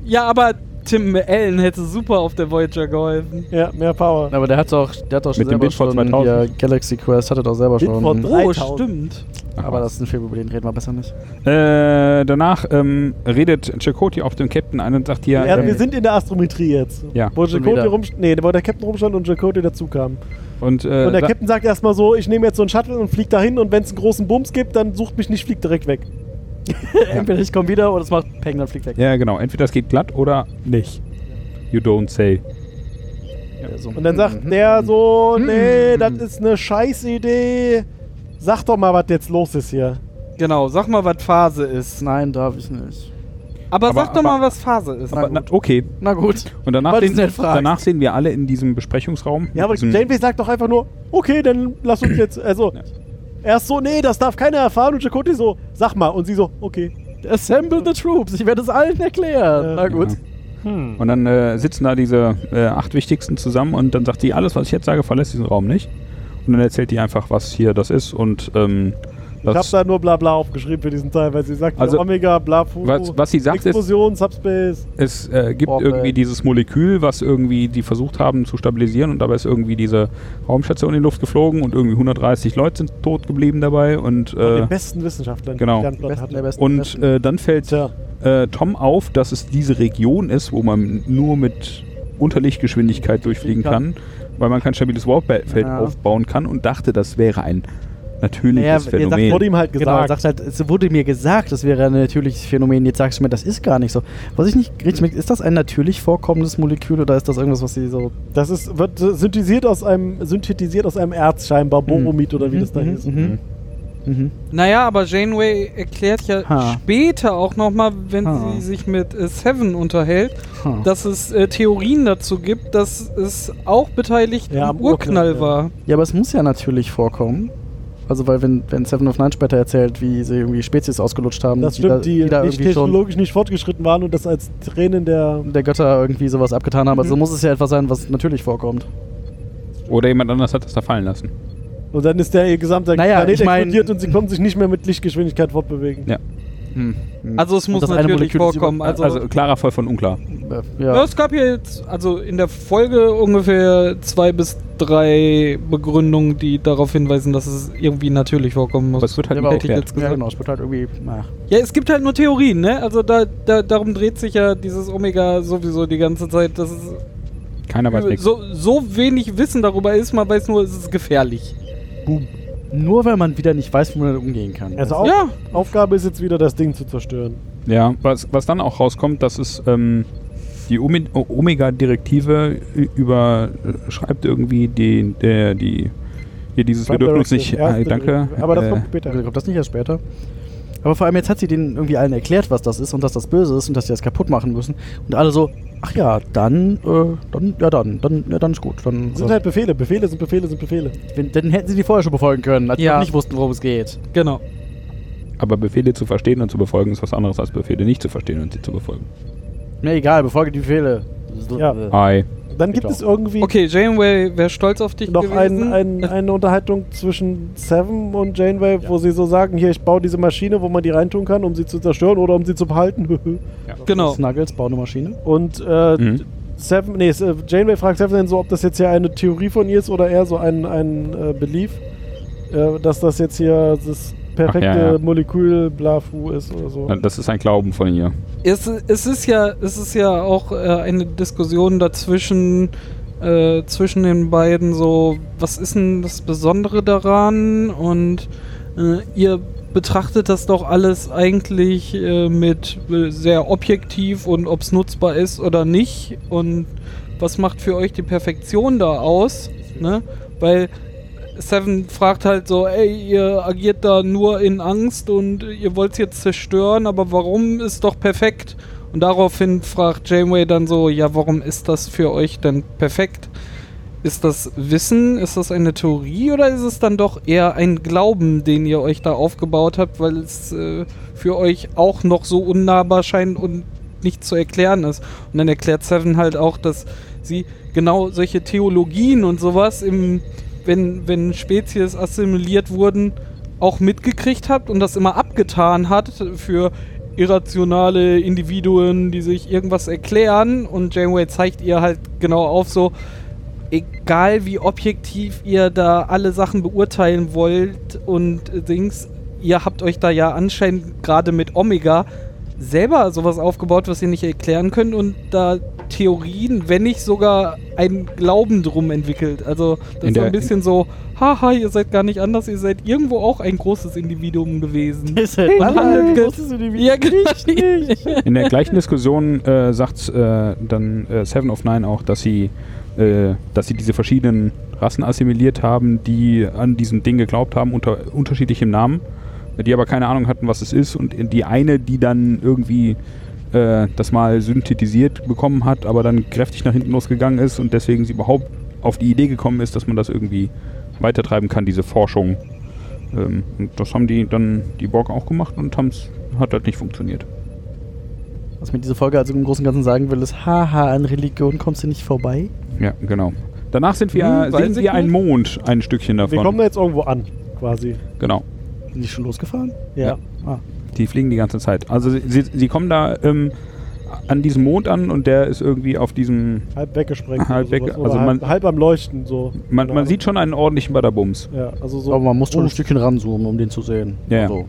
Ja, aber Tim Allen hätte super auf der Voyager geholfen. Ja, mehr Power. Aber der hat doch, der hat doch Mit dem selber Bitford schon 2000. hier Galaxy Quest, hatte doch selber Bitford Oh, schon. Oh, 3000. stimmt. Aber das ist ein Film, über den reden wir besser nicht. Äh, danach ähm, redet Chakoti auf dem Captain ein und sagt hier, Ja, wir ähm, sind in der Astrometrie jetzt. Ja. Wo, Schon Chakotay wieder. rum, nee, wo der Captain rumstand und Chakotay dazu kam. und, äh, Und der sa- Captain sagt erstmal so, ich nehme jetzt so einen Shuttle und flieg dahin und wenn es einen großen Bums gibt, dann sucht mich nicht, fliegt direkt weg. Entweder ich komme wieder oder es macht Peng, dann fliegt weg. ja genau, entweder es geht glatt oder nicht. You don't say. So. Und dann sagt Mhm. der so, nee, das ist eine Scheißidee. Sag doch mal, was jetzt los ist hier. Genau, sag mal, was Phase ist. Nein, darf ich nicht. Aber, Aber- sag doch aber- mal, was Phase ist. Aber, na, okay. Na gut. Und danach Weil du's sehen, nicht fragst. danach sehen wir alle in diesem Besprechungsraum. Ja, aber mit diesem, Janeway sagt doch einfach nur, okay, dann lass uns jetzt, also, Ja. erst so, nee, das darf keiner erfahren und Chakotay so, sag mal. Und sie so, okay. Assemble the troops, ich werde es allen erklären. Ja. Na gut. Ja. Mhm. Und dann äh, sitzen da diese äh, acht Wichtigsten zusammen und dann sagt die, alles, was ich jetzt sage, verlässt diesen Raum nicht. Und dann erzählt die einfach, was hier das ist und ähm, Ich hab das, da nur bla bla aufgeschrieben für diesen Teil, weil sie sagt, Also, Omega, bla, Fu, was, was sie sagt, ist, Explosion, Subspace. es äh, gibt Boah, irgendwie ey. dieses Molekül, was irgendwie die versucht haben zu stabilisieren und dabei ist irgendwie diese Raumstation in die Luft geflogen und irgendwie 130 Leute sind tot geblieben dabei und, Von äh, den besten Wissenschaftlern, genau. die Sternflotte Besten der hatte. besten. und äh, dann fällt Tja, äh, Tom auf, dass es diese Region ist, wo man nur mit Unterlichtgeschwindigkeit durchfliegen kann, weil man kein stabiles Warpfeld Ja. aufbauen kann und dachte, das wäre ein Naja, natürliches ihr sagt, Phänomen. wurde ihm halt Genau, er gesagt. sagt halt, es wurde mir gesagt, das wäre ein natürliches Phänomen. Jetzt sagst du mir, das ist gar nicht so. Was ich nicht richtig merke, ist das ein natürlich vorkommendes Molekül oder ist das irgendwas, was sie so. Das ist, wird synthetisiert aus einem, synthetisiert aus einem Erz scheinbar, Boromid oder wie das da hieß. Mhm. Mhm. Naja, aber Janeway erklärt ja Ha. später auch nochmal, wenn Ha. sie sich mit äh, Seven unterhält, Ha. dass es äh, Theorien dazu gibt, dass es auch beteiligt Ja, am am Urknall, Urknall ja. war. Ja, aber es muss ja natürlich vorkommen. Also, weil, wenn, wenn Seven of Nine später erzählt, wie sie irgendwie Spezies ausgelutscht haben, Das die da, stimmt, die, die da nicht irgendwie schon technologisch nicht fortgeschritten waren und das als Tränen der. der Götter irgendwie sowas abgetan haben. Also, muss es ja etwas sein, was natürlich vorkommt. Oder jemand anders hat das da fallen lassen. Und dann ist der gesamte Naja, Planet ich mein- explodiert und sie konnten sich nicht mehr mit Lichtgeschwindigkeit fortbewegen. Ja. Also es muss das eine natürlich Molekül ist über- vorkommen. Also, Also, klarer Fall von unklar. Äh, Ja, Ja. es gab hier jetzt, also in der Folge ungefähr zwei bis drei Begründungen, die darauf hinweisen, dass es irgendwie natürlich vorkommen muss. Aber es wird halt Ja, nicht aber erklärt. jetzt Ja, gesagt. genau, es wird halt irgendwie. Ach. Ja, es gibt halt nur Theorien, ne? Also da, da, darum dreht sich ja dieses Omega sowieso die ganze Zeit, dass es Keiner weiß über- nichts. so, so wenig Wissen darüber ist, man weiß nur, es ist gefährlich. Nur weil man wieder nicht weiß, wie man damit umgehen kann. Also auch, Ja. Aufgabe ist jetzt wieder, das Ding zu zerstören. Ja, was, was dann auch rauskommt, dass es ähm, die Ome- Omega-Direktive ü- überschreibt irgendwie die, der, die hier dieses Prime Bedürfnis Directive, nicht. Äh, erste danke. Directive. Aber das äh, kommt später. Entweder kommt das nicht erst später. Aber vor allem jetzt hat sie denen irgendwie allen erklärt, was das ist und dass das böse ist und dass sie das kaputt machen müssen. Und alle so, ach ja, dann, äh, dann, ja dann, dann, ja dann ist gut. Dann, Das sind äh, halt Befehle, Befehle sind Befehle sind Befehle. wenn, dann hätten sie die vorher schon befolgen können, als Ja. sie noch nicht wussten, worum es geht. Genau. Aber Befehle zu verstehen und zu befolgen ist was anderes als Befehle nicht zu verstehen und sie zu befolgen. Mir egal, befolge die Befehle. äh, Ja. Hi. Dann gibt Genau. es irgendwie Okay, Janeway wäre stolz auf dich noch gewesen. ein, ein, eine Unterhaltung zwischen Seven und Janeway, wo sie so sagen, hier, ich baue diese Maschine, wo man die reintun kann, um sie zu zerstören oder um sie zu behalten. genau. Snuggles, baue eine Maschine. und äh, Mhm. Seven, nee, S- äh, Janeway fragt Seven dann so, ob das jetzt hier eine Theorie von ihr ist oder eher so ein, ein äh, Belief, äh, dass das jetzt hier das perfekte ja. Also Molekül Blafu ist oder so. Na, Das ist ein Glauben von ihr. Es, es, ist ja, es ist ja auch äh, eine Diskussion dazwischen, äh, zwischen den beiden so, was ist denn das Besondere daran? Und äh, ihr betrachtet das doch alles eigentlich äh, mit äh, sehr objektiv und ob es nutzbar ist oder nicht. Und was macht für euch die Perfektion da aus? Ne? Weil Seven fragt halt so, ey, ihr agiert da nur in Angst und ihr wollt es jetzt zerstören, aber warum ist doch perfekt? Und daraufhin fragt Janeway dann so, ja, warum ist das für euch denn perfekt? Ist das Wissen, ist das eine Theorie oder ist es dann doch eher ein Glauben, den ihr euch da aufgebaut habt, weil es äh, für euch auch noch so unnahbar scheint und nicht zu erklären ist? Und dann erklärt Seven halt auch, dass sie genau solche Theologien und sowas im, wenn, wenn Spezies assimiliert wurden, auch mitgekriegt habt und das immer abgetan hat für irrationale Individuen, die sich irgendwas erklären und Janeway zeigt ihr halt genau auf so, egal wie objektiv ihr da alle Sachen beurteilen wollt und äh, Dings, ihr habt euch da ja anscheinend gerade mit Omega selber sowas aufgebaut, was ihr nicht erklären könnt und da Theorien, wenn nicht sogar ein Glauben drum entwickelt. Also das ist In so der- ein bisschen so, haha, ihr seid gar nicht anders, ihr seid irgendwo auch ein großes Individuum gewesen. Ist halt Man handelt ge- Ja, genau. In der gleichen Diskussion äh, sagt äh, dann äh, Seven of Nine auch, dass sie, äh, dass sie diese verschiedenen Rassen assimiliert haben, die an diesem Ding geglaubt haben, unter unterschiedlichem Namen, die aber keine Ahnung hatten, was es ist. Und die eine, die dann irgendwie äh, das mal synthetisiert bekommen hat, aber dann kräftig nach hinten losgegangen ist und deswegen sie überhaupt auf die Idee gekommen ist, dass man das irgendwie weitertreiben kann, diese Forschung. Ähm, und das haben die dann die Borg auch gemacht und haben's, hat halt nicht funktioniert. Was mir diese Folge also im Großen und Ganzen sagen will, ist, haha, an Religion kommst du nicht vorbei. Ja, genau. Danach sind wir, Hm, weiß sehen ich wir einen nicht. Mond, ein Stückchen davon. Wir kommen da jetzt irgendwo an, quasi. genau. Sind die schon losgefahren? Ja. Ah. Die fliegen die ganze Zeit. Also sie- sie, sie kommen da ähm, an diesem Mond an und der ist irgendwie auf diesem. Halb weggesprengt. Halb oder weg- sowas. Oder also halb, man- halb am Leuchten, so. Man, man Keine Ahnung. sieht schon einen ordentlichen Badabums. Ja, also so. Aber man muss schon Oh, ein Stückchen ranzoomen, um den zu sehen. Ja, ja. Also,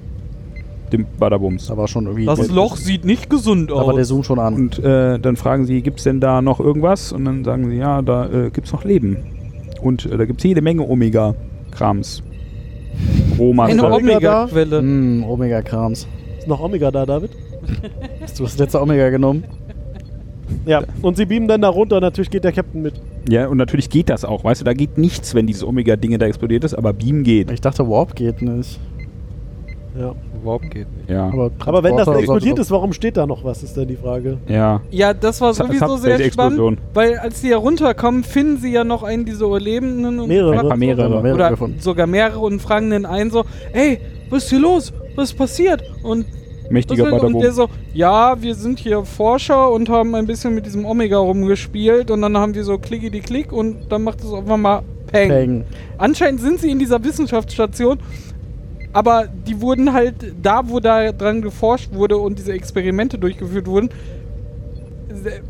Den Badabums. da war schon irgendwie. Das der- Loch sieht nicht gesund Da war der aus. Zoom schon an. Und äh, dann fragen sie, gibt es denn da noch irgendwas? Und dann sagen sie, ja, da äh, gibt es noch Leben. Und äh, da gibt es jede Menge Omega-Krams. Eine Rohmaterial. Omega da? Omega-Quelle. Hm, Omega-Krams. Ist noch Omega da, David? Hast du das letzte Omega genommen? Ja. Und sie beamen dann da runter und natürlich geht der Captain mit. Ja, und natürlich geht das auch. Weißt du, da geht nichts, wenn dieses Omega-Dinge da explodiert ist, aber Beam geht. Ich dachte, Warp geht nicht. Ja. Überhaupt geht nicht. Ja. Aber, Aber wenn das Transporter explodiert sollte ist, warum steht da noch was, ist dann die Frage. ja. Ja, das war Sa- sowieso Subspace sehr Explosion. spannend, weil als die ja runterkommen, finden sie ja noch einen dieser Überlebenden und Ein paar mehrere. doch- oder gefunden. sogar mehrere und fragen den einen so, ey, was ist hier los? Was ist passiert? Und, Mächtiger und Badabum. der so, ja, wir sind hier Forscher und haben ein bisschen mit diesem Omega rumgespielt und dann haben wir so klicki die klick und dann macht es auf einmal Peng. Peng. Anscheinend sind sie in dieser Wissenschaftsstation, aber die wurden halt da, wo da dran geforscht wurde und diese Experimente durchgeführt wurden, se-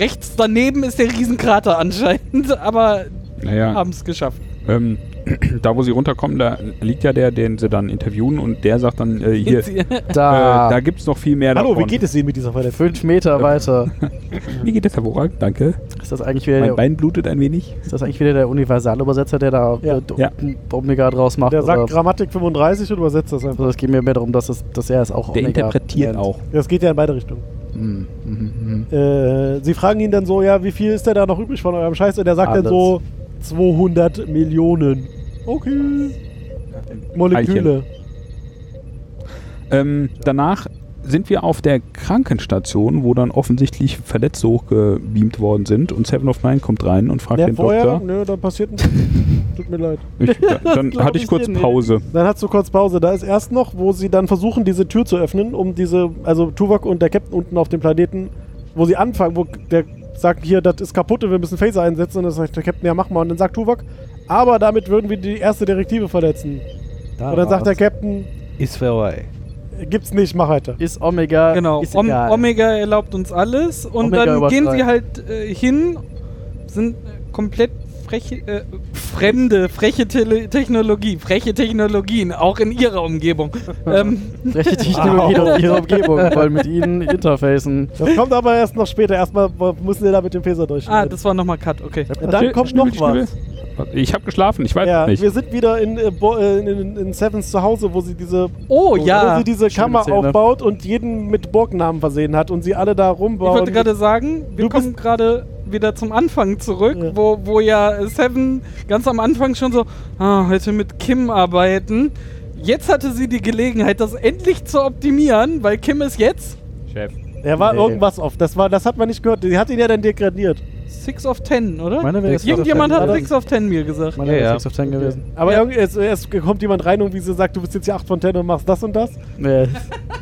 rechts daneben ist der Riesenkrater anscheinend, aber Naja. haben es geschafft. Ähm, da, wo sie runterkommen, da liegt ja der, den sie dann interviewen und der sagt dann äh, hier, äh, Da, da gibt's noch viel mehr Ah. Hallo, davon. wie geht es Ihnen mit dieser Verletzung? fünf Meter weiter. Wie geht es, Herr Worak? Danke. Ist das eigentlich wieder Mein der, Bein blutet ein wenig. ist das eigentlich wieder der Universalübersetzer, der da Ja. äh, d- Ja. Omega draus macht? Der sagt oder? Grammatik 35 und übersetzt das einfach. Also es geht mir mehr darum, dass, es, dass er es auch Der Omega interpretiert nennt. auch. Das geht ja in beide Richtungen. Hm, mhm, mhm. Äh, sie fragen ihn dann so, ja, wie viel ist denn da noch übrig von eurem Scheiß? Und er sagt dann Alles. so 200 Millionen. Okay. Moleküle. Ähm, danach sind wir auf der Krankenstation, wo dann offensichtlich Verletzte hochgebeamt worden sind und Seven of Nine kommt rein und fragt Ja, den vorher, Doktor. nö, dann passiert ein. Tut mir leid. Ich, ja, dann glaub hatte ich ich kurz dir nicht. Pause. Dann hast du kurz Pause. Da ist erst noch, wo sie dann versuchen, diese Tür zu öffnen, um diese, also Tuvok und der Captain unten auf dem Planeten, wo sie anfangen, wo der sagt, hier, das ist kaputt und wir müssen Phaser einsetzen. Und dann sagt der Captain, ja, mach mal. Und dann sagt Tuvok, aber damit würden wir die erste Direktive verletzen. Da und dann sagt der war's. Captain, Ist vorbei. gibt's nicht, mach weiter. Ist Omega. Genau, Ist Om egal. Omega erlaubt uns alles und Omega dann gehen überstrahlt. sie halt äh, hin, sind komplett freche, äh, fremde, freche Tele Technologie, freche Technologien, auch in ihrer Umgebung. ähm, Rechte Ah. Technologie wow. ihrer um Umgebung, weil mit ihnen interfacen. Das kommt aber erst noch später. Erstmal müssen wir da mit dem Peser durch. ah, das war nochmal Cut, okay. Und dann kommt noch was. Ich habe geschlafen, ich weiß Ja, nicht. wir sind wieder in, äh, Bo- äh, in, in, in Sevens zu Hause, wo sie diese, Oh wo ja, also sie ich diese Kammer Szene. aufbaut und jeden mit Burgnamen versehen hat und sie alle da rumbauen. wollte gerade sagen, wir Du kommen gerade wieder zum Anfang zurück, Ja. wo, wo ja Seven ganz am Anfang schon so, ah, heute mit Kim arbeiten. Jetzt hatte sie die Gelegenheit, das endlich zu optimieren, weil Kim ist jetzt Chef. er war Nee. irgendwas off. Das, war, das hat man nicht gehört. Sie hat ihn ja dann degradiert. 6 of 10, oder? Meine wäre six of Irgendjemand 10 hat gewesen. 6 of 10 mir gesagt. Meine Ja, ja, ja. 6 auf 10 gewesen. Aber irgendwie, es, es kommt jemand rein und wie sie sagt, du bist jetzt hier 8 von 10 und machst das und das. Nee.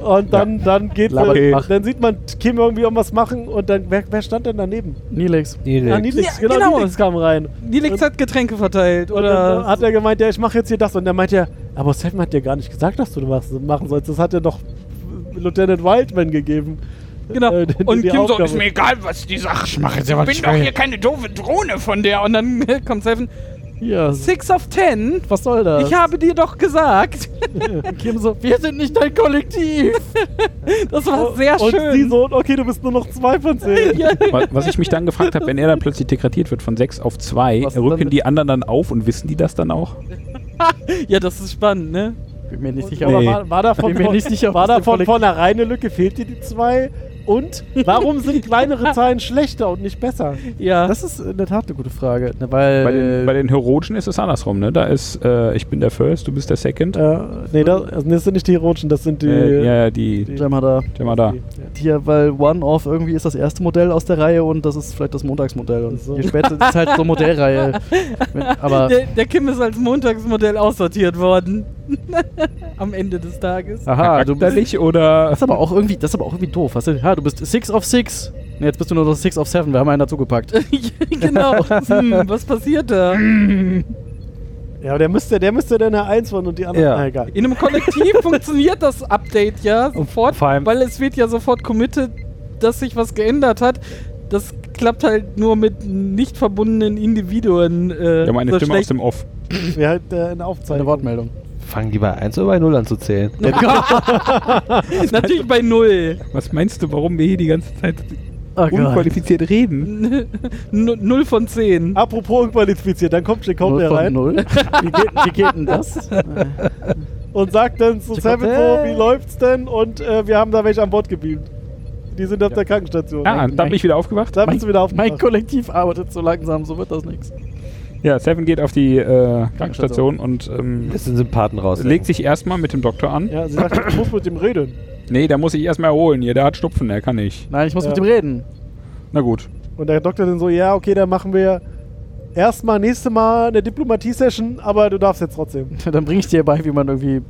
Und dann, dann geht Laber- äh, mach. dann sieht man Kim irgendwie irgendwas machen und dann, wer, wer stand denn daneben? Nilix. Ah, Nilix. Nilix, Ja, genau, genau. Nilix kam rein. Nilix hat Getränke verteilt, Und dann oder? hat er gemeint, ja, ich mache jetzt hier das. Und dann meinte er, aber Sam hat dir gar nicht gesagt, dass du was machen sollst. Das hat er doch Lieutenant Wildman gegeben. Genau. Äh, die- und die Kim so, Aufgabe. ist mir egal, was die Sache. Ich mache jetzt ja was bin ich doch will. hier keine doofe Drohne von der. Und dann kommt Seven. Ja, Six of ten. was soll das? Ich habe dir doch gesagt. Kim so, Wir sind nicht dein Kollektiv. Das war sehr und schön. sie so, okay, du bist nur noch zwei von zehn. ja, Wa- Was ich mich dann gefragt habe, wenn er dann plötzlich degradiert wird von 6 auf 2, Was ist dann rücken mit- die anderen dann auf und wissen die das dann auch? ja, das ist spannend, ne? Bin mir nicht sicher, Aber aber war, war davon, Bin mir nicht sicher, ob war das dem davon Kollektiv- vornherein eine Lücke, fehlt dir die zwei? Und warum sind kleinere Zahlen schlechter und nicht besser? Ja. das ist in der Tat eine gute Frage. Ne, weil Bei den, bei den Heroischen ist es andersrum, ne? Da ist, äh, ich bin der First, du bist der Second. Äh, nee, das, also das sind nicht die Heroischen, das sind die. Äh, ja, ja, die. Jam hat er. Schau mal da. die- ja. Hier, weil One-Off irgendwie ist das erste Modell aus der Reihe und das ist vielleicht das Montagsmodell. Und So. je später ist es halt so Modellreihe. Wenn- Aber der, der Kim ist als Montagsmodell aussortiert worden. Am Ende des Tages. aha, Ah, du bist, das Charakterlich oder. ist aber auch irgendwie, das ist aber auch irgendwie doof. Weißt du? Ja, du bist Six of Six. Nee, jetzt bist du nur noch Six of Seven. Wir haben einen dazugepackt. genau. Hm, was passiert da? ja, aber der müsste, der müsste dann eine Eins von und die anderen. Ja. Na, egal. In einem Kollektiv funktioniert das Update ja sofort, vor allem- weil es wird ja sofort committed, dass sich was geändert hat. Das klappt halt nur mit nicht verbundenen Individuen. Äh, Ja, meine so Stimme aus schlecht. dem Off. Wir halt äh, eine Eine Aufzeichnung. Wortmeldung. Fangen die bei 1 oder bei 0 an zu zählen? Natürlich bei Null. Was meinst du, warum wir hier die ganze Zeit Oh unqualifiziert reden? Nu- Null von zehn. Apropos unqualifiziert, dann kommt Jacob Null der von rein null. Wie geht, wie geht denn das? und sagt dann zu Jacob, äh. Seven, hey. wie läuft's denn? Und äh, wir haben da welche an Bord gebeamt. Die sind auf der Krankenstation. Ah, da bin ich wieder aufgewacht. Da bist du wieder auf Mein Kollektiv arbeitet so langsam, so wird das nichts. Ja, Seven geht auf die äh, Krankenstation und ähm, Lässt den Sympathen raus. legt sich erstmal mit dem Doktor an. Ja, sie sagt, ich muss mit dem reden. Nee, da muss ich erstmal erholen. Hier, der hat Schnupfen, der kann nicht. Nein, ich muss Ja. mit ihm reden. Na gut. Und der Doktor dann so, ja, okay, dann machen wir erstmal nächste Mal eine Diplomatie-Session, aber du darfst jetzt trotzdem. Dann bringe ich dir bei, wie man irgendwie,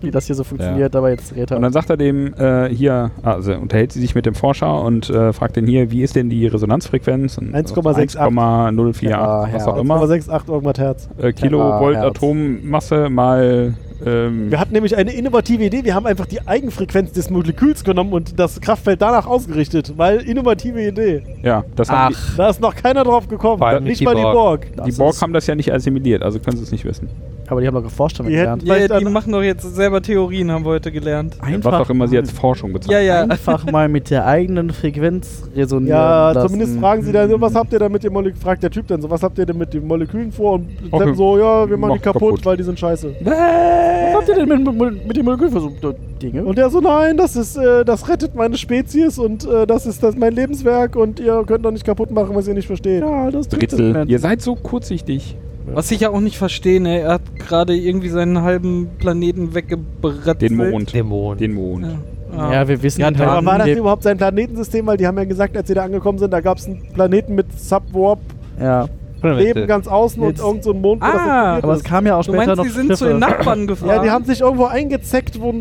wie das hier so funktioniert, aber jetzt redet er. Und dann sagt er dem äh, hier, also unterhält sie sich mit dem Forscher und äh, fragt ihn hier, wie ist denn die Resonanzfrequenz? Und 1,68. 1,048, Ja, was ja. auch immer. 68 Irgendwas Herz. Äh, Kilovolt Herz. Atommasse mal ähm, Wir hatten nämlich eine innovative Idee. Wir haben einfach die Eigenfrequenz des Moleküls genommen und das Kraftfeld danach ausgerichtet, weil innovative Idee. ja, das haben die, Da ist noch keiner drauf gekommen. Vor allem nicht nicht die mal die Borg. Das die ist- Borg haben das ja nicht assimiliert, also können sie es nicht wissen. Aber die haben doch geforscht damit Die hätten- gelernt. Ja, Vielleicht die dann- machen doch jetzt selber Theorien, haben wir heute gelernt. Was auch immer sie als Forschung bezeichnen. Ja, ja. Einfach mal mit der eigenen Frequenz resonieren. Ja, lassen. zumindest fragen sie dann, so, was habt ihr denn mit dem Molekül? Fragt der Typ dann so, was habt ihr denn mit den Molekülen vor? Und Okay. dann so, ja, wir machen die Macht kaputt, kaputt. weil die sind scheiße. Was habt ihr denn mit, mit, mit dem Molekül versucht? Äh, Dinge? Und der so, nein, das ist, äh, das rettet meine Spezies und äh, das ist das mein Lebenswerk und ihr könnt doch nicht kaputt machen, was ihr nicht versteht. ja, das Drittel. Ihr seid so kurzsichtig. Was ich ja auch nicht verstehe, ne? er hat gerade irgendwie seinen halben Planeten weggebratzelt. Den Mond. Dämon. Den Mond. Ja, ah. Ja, wir wissen Ja, halt, da Aber war das wir- überhaupt sein Planetensystem? Weil die haben ja gesagt, als sie da angekommen sind, da gab es einen Planeten mit Subwarp, ja. Leben ganz außen Jetzt- und irgend so einen Mond. wo das Ah, explodiert Aber ist. es kam ja auch Du später meinst, noch die sind zu Schiffe, den Nachbarn gefahren? ja, die haben sich irgendwo eingezeckt, wo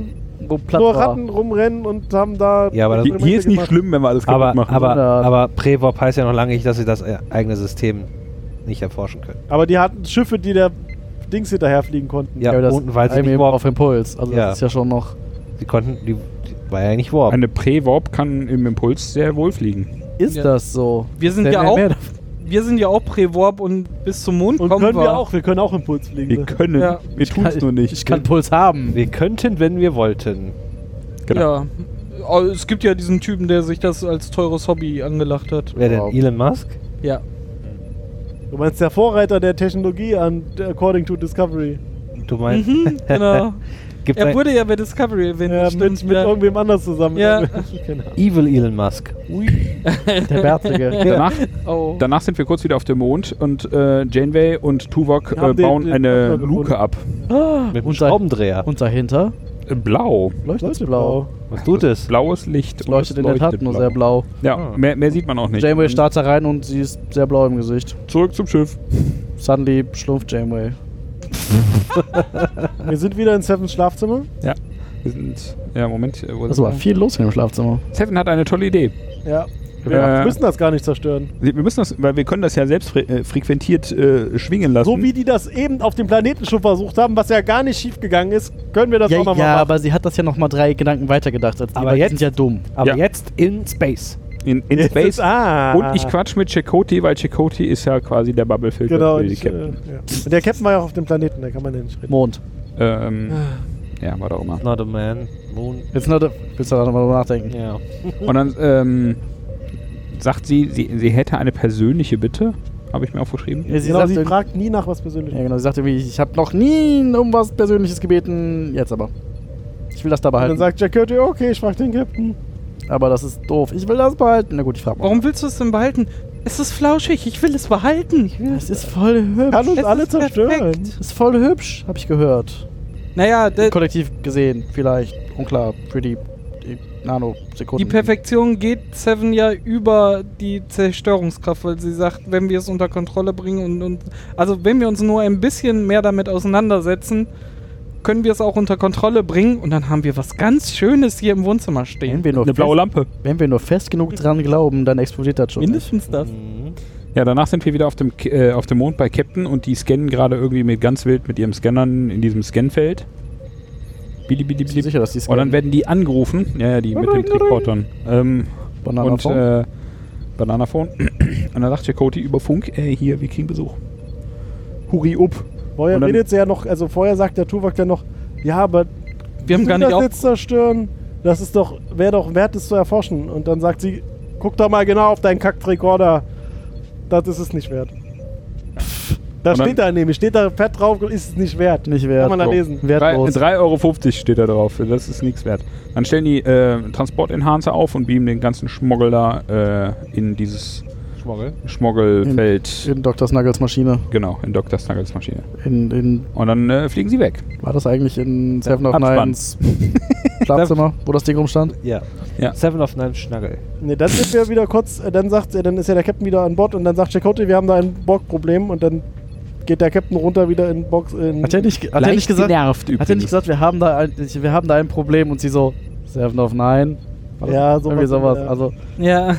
wo Platz nur war. Ratten rumrennen und haben da. Ja, aber das- Hier, Experimente hier ist nicht gemacht. schlimm, wenn wir alles kaputt Aber, machen. aber, Ja. aber Prevop heißt ja noch lange nicht, dass sie das äh, eigene System nicht erforschen können. Aber die hatten Schiffe, die der Dings hinterherfliegen konnten. Ja, aber das unten, weil sie einem nicht eben warp. auf Impuls. Also Ja. das ist ja schon noch. Sie konnten, die, die war ja nicht warp. Eine Prä-Warp kann im Impuls sehr wohl fliegen. Ist Ja. das so? Wir sind Denn ja wer auch- mehr- wir sind ja auch Prevorb und bis zum Mond Und kommen können wir. wir auch, wir können auch Impuls fliegen. Wir können. Ja. Wir tun es nur nicht. Ich kann Puls haben. Wir könnten, wenn wir wollten. genau. Ja. Aber Es gibt ja diesen Typen, der sich das als teures Hobby angelacht hat. Wer denn? Wow. Elon Musk? Ja. Du meinst der Vorreiter der Technologie an According to Discovery. Du meinst, Mhm, genau. gibt er ein wurde ja bei Discovery erwähnt. Ja, mit, stimmt, mit Ähm, ja. irgendwem anders zusammen. Genau. Ja. Keine Ahnung. Evil Elon Musk. Der Bärtige. Genau. Danach, Oh. danach sind wir kurz wieder auf dem Mond und äh, Janeway und Tuvok äh, Haben den- bauen den eine Öffner gefunden. Luke ab. Mit einem Und sein- Schraubendreher. Und dahinter Äh, Blau. leuchtet blau. Was tut es? Blaues Licht. und Leuchtet es in der Tat nur sehr blau. Ja, Ah. mehr, mehr sieht man auch nicht. Janeway Und starrt da rein und sie ist sehr blau im Gesicht. Zurück zum Schiff. Suddenly schlumpft Janeway. Wir sind wieder in Sevens Schlafzimmer. Ja. Wir sind, ja, Moment. äh, wo Das sind war wir? viel los in dem Schlafzimmer. Seven hat eine tolle Idee. Ja. Wir Äh, müssen das gar nicht zerstören. Wir müssen das, weil wir können das ja selbst fre äh, frequentiert äh, schwingen lassen. So wie die das eben auf dem Planeten schon versucht haben, was ja gar nicht schief gegangen ist, können wir das Ja, auch nochmal ja machen. aber sie hat das ja nochmal drei Gedanken weitergedacht. Als die, Aber weil jetzt- Die sind ja dumm. Aber Ja. jetzt in Space. in, in Jetzt Space. ist- ah. Und ich quatsch mit Chakoti, weil Chakoti ist ja quasi der Bubblefilter Genau. für die Ich, äh, Captain. ja. Und Der Captain war ja auch auf dem Planeten, da kann man ja nicht reden. Mond. äh, Ähm, Ah. ja, war doch immer. Not a man. Moon. Jetzt noch, willst du da nochmal drüber nachdenken? Ja. Und dann ähm, sagt sie, sie, sie hätte eine persönliche Bitte, habe ich mir aufgeschrieben. Ja, sie Genau, sagt sie irgendwie- fragt nie nach was Persönlichem. Ja, genau. Sie sagte irgendwie, ich habe noch nie um was Persönliches gebeten. Jetzt aber. Ich will das da Und behalten. dann sagt Jack Curry, okay, ich frag den Captain. aber das ist doof. Ich will das behalten. Na gut, ich frage mal. Warum willst du es denn behalten? Es ist flauschig, ich will es behalten. Das ist voll Kann hübsch. uns Es alle ist zerstören. perfekt. Das ist voll hübsch, habe ich gehört. Naja, der, Kollektiv gesehen, vielleicht. Unklar, für die, die Nanosekunden. die Perfektion geht Seven ja über die Zerstörungskraft, weil sie sagt, wenn wir es unter Kontrolle bringen und, und also wenn wir uns nur ein bisschen mehr damit auseinandersetzen, können wir es auch unter Kontrolle bringen und dann haben wir was ganz Schönes hier im Wohnzimmer Wenn stehen. wir, nur Eine blaue fest, Lampe. wenn wir nur fest genug dran glauben, dann explodiert das schon. Mindestens das. Ja, danach sind wir wieder auf dem, K- äh, auf dem Mond bei Captain und die scannen gerade irgendwie mit ganz wild mit ihrem Scannern in diesem Scanfeld. Bili, bili, Bist du bili. sicher, dass die Und Oh, dann werden die angerufen. Ja, ja, die mit den Trikotern. Ähm, und Bananenform? äh, Bananaphone. Und dann sagt Chakoti über Funk, ey, hier, wir kriegen Besuch. Hurri up. Vorher Und dann- redet sie ja noch, also vorher sagt der Tuvok ja noch, ja, aber Wir haben Sie gar das nicht auf. jetzt zerstören. Das ist doch, wäre doch wert, es zu erforschen. Und dann sagt sie, guck doch mal genau auf deinen Kackrekorder. Das ist es nicht wert. Da Und dann- steht da nämlich, steht da fett drauf, ist es nicht wert. Nicht wert. Kann man da So. lesen. Drei- Wertlos. 3,50 Euro steht da drauf. Das ist nichts wert. Dann stellen die äh, Transportenhancer auf und beamen den ganzen Schmoggel da äh, in dieses Schmoggel. Schmoggelfeld. In Dr. Snuggles Maschine. genau, in Dr. Snuggles Maschine. In, in, Und dann äh, fliegen sie weg. war das eigentlich in Seven of Abspann. Nines Schlafzimmer, wo das Ding rumstand? Ja. Ja. Seven of Nine Schnaggel. Nee, dann sind wir wieder kurz, äh, dann sagt, äh, dann ist ja der Captain wieder an Bord und dann sagt Chakotay, wir haben da ein Borg-Problem und dann geht der Captain runter wieder in Box. In Hat er nicht, ge- hat er Leicht nicht gesagt, genervt hat er nicht übrigens. gesagt wir, haben da ein, wir haben da ein Problem und sie so, Seven of Nine? War das Ja, sowas Irgendwie sowas. in der- Also, Ja.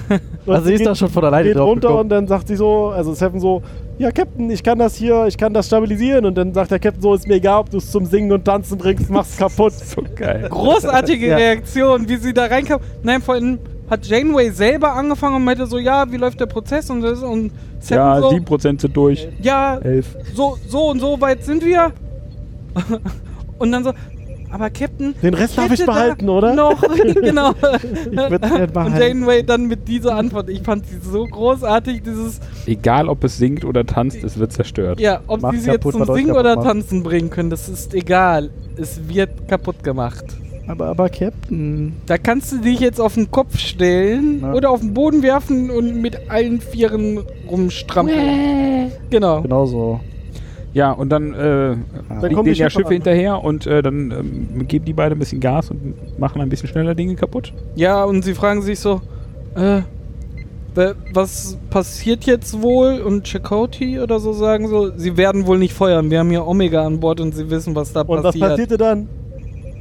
also sie ist geht- da schon von alleine geht drauf runter gekommen. und dann sagt sie so, also Seven so, ja Captain, ich kann das hier, ich kann das stabilisieren und dann sagt der Captain so, ist mir egal, ob du es zum Singen und Tanzen bringst, mach's kaputt. So geil. Großartige Ja. Reaktion, wie sie da reinkam. Nein, vor allem hat Janeway selber angefangen und meinte so, ja, wie läuft der Prozess und das und Seven Ja, so, 7% sind durch. ja, 11. so, so und so weit sind wir. und dann so, aber Captain, Den Rest darf hätte ich da behalten, oder? Noch, genau. würd's gern halt und behalten. Janeway dann mit dieser Antwort, ich fand sie so großartig, dieses, Egal, ob es singt oder tanzt, es wird zerstört. ja, ob Macht sie sie jetzt kaputt, zum was euch Singen kaputt oder macht. Tanzen bringen können, das ist egal. Es wird kaputt gemacht. Aber, aber Captain. Da kannst du dich jetzt auf den Kopf stellen Na. oder auf den Boden werfen und mit allen Vieren rumstrampeln. Genau. Genau so. Ja, und dann äh, fliegen kommen die denen ja Schiffe Schiffe an. hinterher und äh, dann ähm, geben die beide ein bisschen Gas und machen ein bisschen schneller Dinge kaputt. Ja, und sie fragen sich so, äh, wa- was passiert jetzt wohl? Und Chakoti oder so sagen so, sie werden wohl nicht feuern. Wir haben hier Omega an Bord und sie wissen, was da Und was passiert. passierte dann?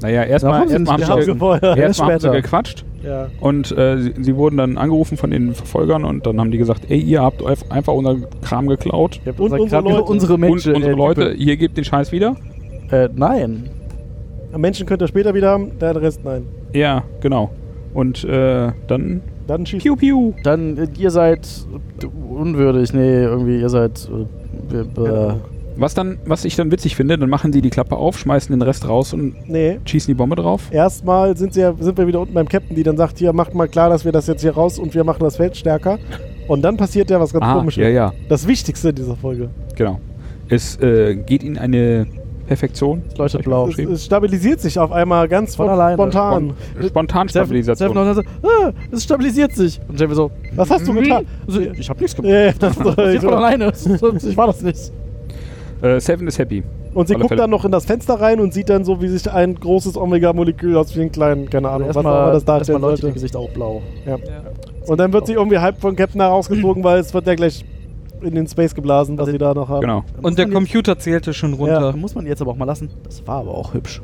Naja, erstmal haben sie erstmal nicht haben, gehabt. sie ge- gefeuert. Ja. Erst erstmal haben sie später. gequatscht Ja. und äh, sie, sie wurden dann angerufen von den Verfolgern und dann haben die gesagt, ey, ihr habt eif- einfach unseren Kram geklaut Ihr habt Und unser unsere Kram- Leute. unsere Menschen. und unsere äh, Leute, ihr gebt den Scheiß wieder. Äh, nein. Menschen könnt ihr später wieder haben, der Rest nein. Ja, genau. Und äh, dann Dann schießt. Piu, piu. Dann, äh, ihr seid äh, unwürdig. Nee, irgendwie, ihr seid. Äh, wir- äh, Was, dann, was ich dann witzig finde, dann machen die die Klappe auf, schmeißen den Rest raus und Nee. schießen die Bombe drauf. Erstmal sind, sie ja, sind wir wieder unten beim Captain, die dann sagt, hier, macht mal klar, dass wir das jetzt hier raus und wir machen das Feld stärker. Und dann passiert ja was ganz Ah, komisches. ja, ja, Das Wichtigste in dieser Folge. genau. Es äh, geht ihnen eine Perfektion. es leuchtet blau. Es, es stabilisiert sich auf einmal ganz Von sp- alleine. spontan. Seven Spontanstabilisation. noch so, ah, es stabilisiert sich. Und Jamie so, Was hast du getan? also, ich hab nichts gemacht. Ja, das ist- Ich von alleine. Ich war das nicht. Äh, Seven ist happy. und sie Alle guckt Fälle. dann noch in das Fenster rein und sieht dann so, wie sich ein großes Omega-Molekül aus vielen kleinen, keine Ahnung, was auch immer das darstellen leuchtet ihr sollte. Gesicht auch blau. Und dann wird sie irgendwie halb von Captain herausgezogen, weil es wird ja gleich in den Space geblasen, was Also- sie da noch haben. Genau. Und der Computer zählte schon runter. Da muss man jetzt aber auch mal lassen. Das war aber auch hübsch.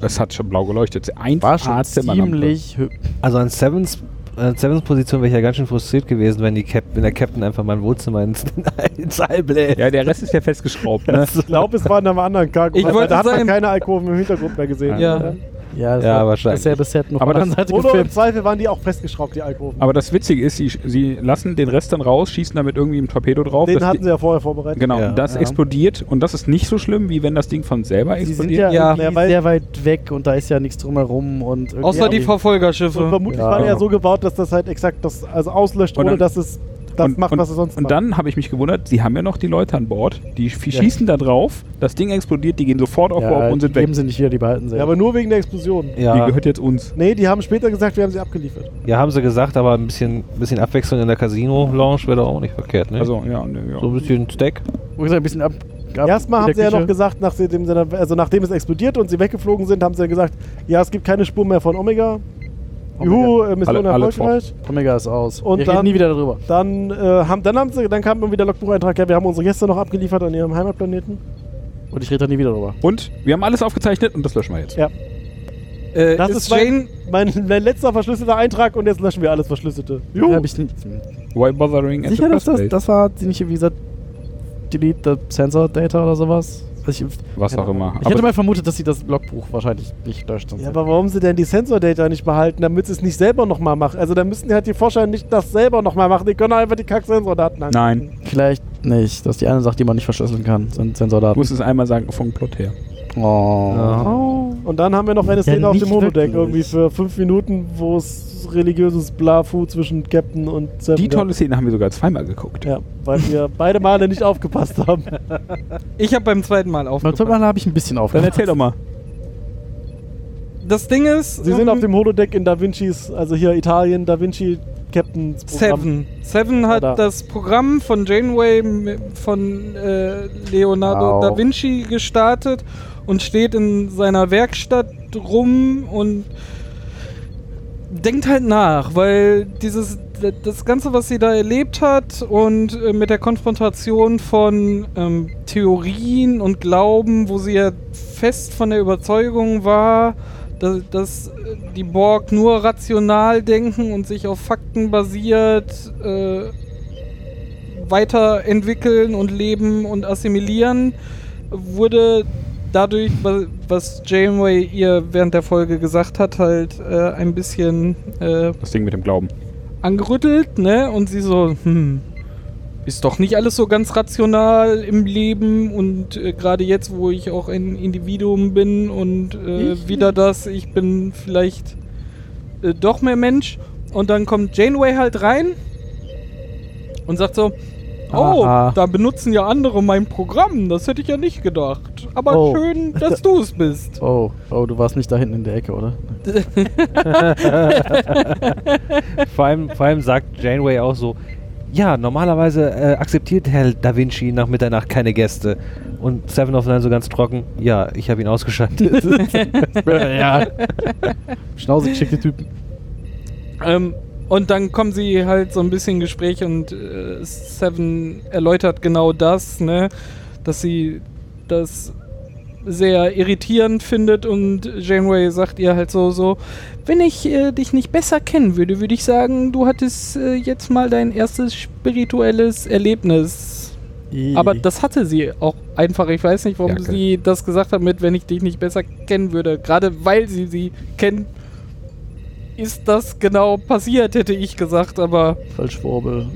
Das hat schon blau geleuchtet. Ein War schon Ah, ziemlich hübsch. Also an Sevens, an Sevens Position wäre ich ja ganz schön frustriert gewesen, wenn, die Cap wenn der Captain einfach mein Wohnzimmer ins, ins All bläst. Ja, der Rest ist ja festgeschraubt. Ne? Ich glaube, es war in einem anderen Cargo. Also Ich wollte da hat man sagen- keine Alkoven im Hintergrund mehr gesehen. Ja. Ja, das Ja, war wahrscheinlich. dasselbe Set noch Aber von der das- anderen Seite Oder im gefilmt. Zweifel waren die auch festgeschraubt, die Alkoven. Aber das Witzige ist, sie, sie lassen den Rest dann raus, schießen damit irgendwie ein Torpedo drauf. Den das hatten sie ja vorher vorbereitet. genau, Ja. das Ja. explodiert und das ist nicht so schlimm, wie wenn das Ding von selber Die sind explodiert. ja, Ja. irgendwie Ja, weil- sehr weit weg und da ist ja nichts drumherum. Und irgendwie Außer die haben Und Verfolgerschiffe. vermutlich Ja. waren die ja so gebaut, dass das halt exakt das also auslöscht, Und ohne dann- dass es das und, macht, und, was es sonst Und macht. dann habe ich mich gewundert, sie haben ja noch die Leute an Bord, die f- schießen da drauf, das Ding explodiert, die gehen sofort auf Bob ja, und die sind weg. geben sie nicht wieder, die behalten sie. ja, aber nur wegen der Explosion. Die Ja, gehört jetzt uns. Nee, die haben später gesagt, wir haben sie abgeliefert. ja, haben sie gesagt, aber ein bisschen, bisschen Abwechslung in der Casino-Lounge wäre doch auch nicht verkehrt, ne? Also, ja, ne, ja. so ein bisschen Stack. Wo gesagt, ein bisschen ab. ab Erstmal in haben der sie ja Küche. noch gesagt, nachdem, sie dann- also nachdem es explodiert und sie weggeflogen sind, haben sie ja gesagt, ja, es gibt keine Spur mehr von Omega. Omega. Juhu, äh, Mission Alle- alle erfolgreich. Omega ist aus. Und wir dann- reden nie wieder darüber. Dann, äh, haben, dann, haben sie, dann kam irgendwie der Logbucheintrag, ja, wir haben unsere Gäste noch abgeliefert an ihrem Heimatplaneten. Und ich rede da nie wieder darüber. Und wir haben alles aufgezeichnet und das löschen wir jetzt. Äh, Das ist ist mein- Jane, Mein, mein letzter verschlüsselter Eintrag und jetzt löschen wir alles Verschlüsselte. Juhu. Hab ich nicht. Why bothering at Sicher, the dass first das, place? das war die nicht, wie gesagt, Delete the Sensor Data oder sowas? Also ich, Was keine auch Ahnung. immer. Ich Aber- hätte mal vermutet, dass sie das Logbuch wahrscheinlich nicht löscht. sonst Ja, hätte- aber warum sie denn die Sensor-Data nicht behalten, damit sie es nicht selber nochmal machen? Also dann müssen die halt die Forscher nicht das selber nochmal machen. Die können einfach die Kack-Sensor-Daten angucken. Nein, Vielleicht nicht. Das ist die eine Sache, die man nicht verschlüsseln kann. Sind ich Sensordaten. muss es einmal sagen, vom Plot her. Oh. Und dann haben wir noch eine Ja, Szene auf nicht dem Holodeck wirklich. irgendwie für fünf Minuten, wo es religiöses Blafu zwischen Captain und Seven Die gab. tolle Szene haben wir sogar zweimal geguckt. Ja, weil wir beide Male nicht aufgepasst haben. ich habe beim zweiten Mal Beim zweiten aufgepasst. Mal habe ich ein bisschen Dann aufgehört. erzähl doch mal. Das Ding ist, Sie sind ähm, auf dem Holodeck in Da Vinci's, also hier Italien, Da Vinci, Captain. Seven. Seven hat Oder- das Programm von Janeway m- von äh, Leonardo Wow. da Vinci gestartet und steht in seiner Werkstatt rum und denkt halt nach, weil dieses d- das Ganze, was sie da erlebt hat und äh, mit der Konfrontation von ähm, Theorien und Glauben, wo sie ja fest von der Überzeugung war, dass, dass äh, die Borg nur rational denken und sich auf Fakten basiert äh, weiterentwickeln und leben und assimilieren, wurde dadurch, wa- was Janeway ihr während der Folge gesagt hat, halt äh, ein bisschen äh, Das Ding mit dem Glauben. angerüttelt, ne? Und sie so, hm, ist doch nicht alles so ganz rational im Leben und äh, gerade jetzt, wo ich auch ein Individuum bin und äh, Ich? wieder das, ich bin vielleicht äh, doch mehr Mensch. Und dann kommt Janeway halt rein und sagt so, oh, Aha. da benutzen ja andere mein Programm, das hätte ich ja nicht gedacht. Aber Oh. schön, dass du es bist. Oh, oh, du warst nicht da hinten in der Ecke, oder? Vor allem, vor allem sagt Janeway auch so, ja, normalerweise äh, akzeptiert Herr Da Vinci nach Mitternacht keine Gäste. Und Seven of Nine so ganz trocken, ja, ich habe ihn ausgeschaltet. ja. Schnauze geschickte Typen. Ähm, und dann kommen sie halt so ein bisschen Gespräch und äh, Seven erläutert genau das, ne? Dass sie das sehr irritierend findet und Janeway sagt ihr halt so, so, wenn ich äh, dich nicht besser kennen würde, würde ich sagen, du hattest äh, jetzt mal dein erstes spirituelles Erlebnis. Aber das hatte sie auch einfach. Ich weiß nicht, warum Ja, klar. sie das gesagt hat mit, wenn ich dich nicht besser kennen würde. Gerade weil sie sie kennt, ist das genau passiert, hätte ich gesagt, aber Falschwurbel.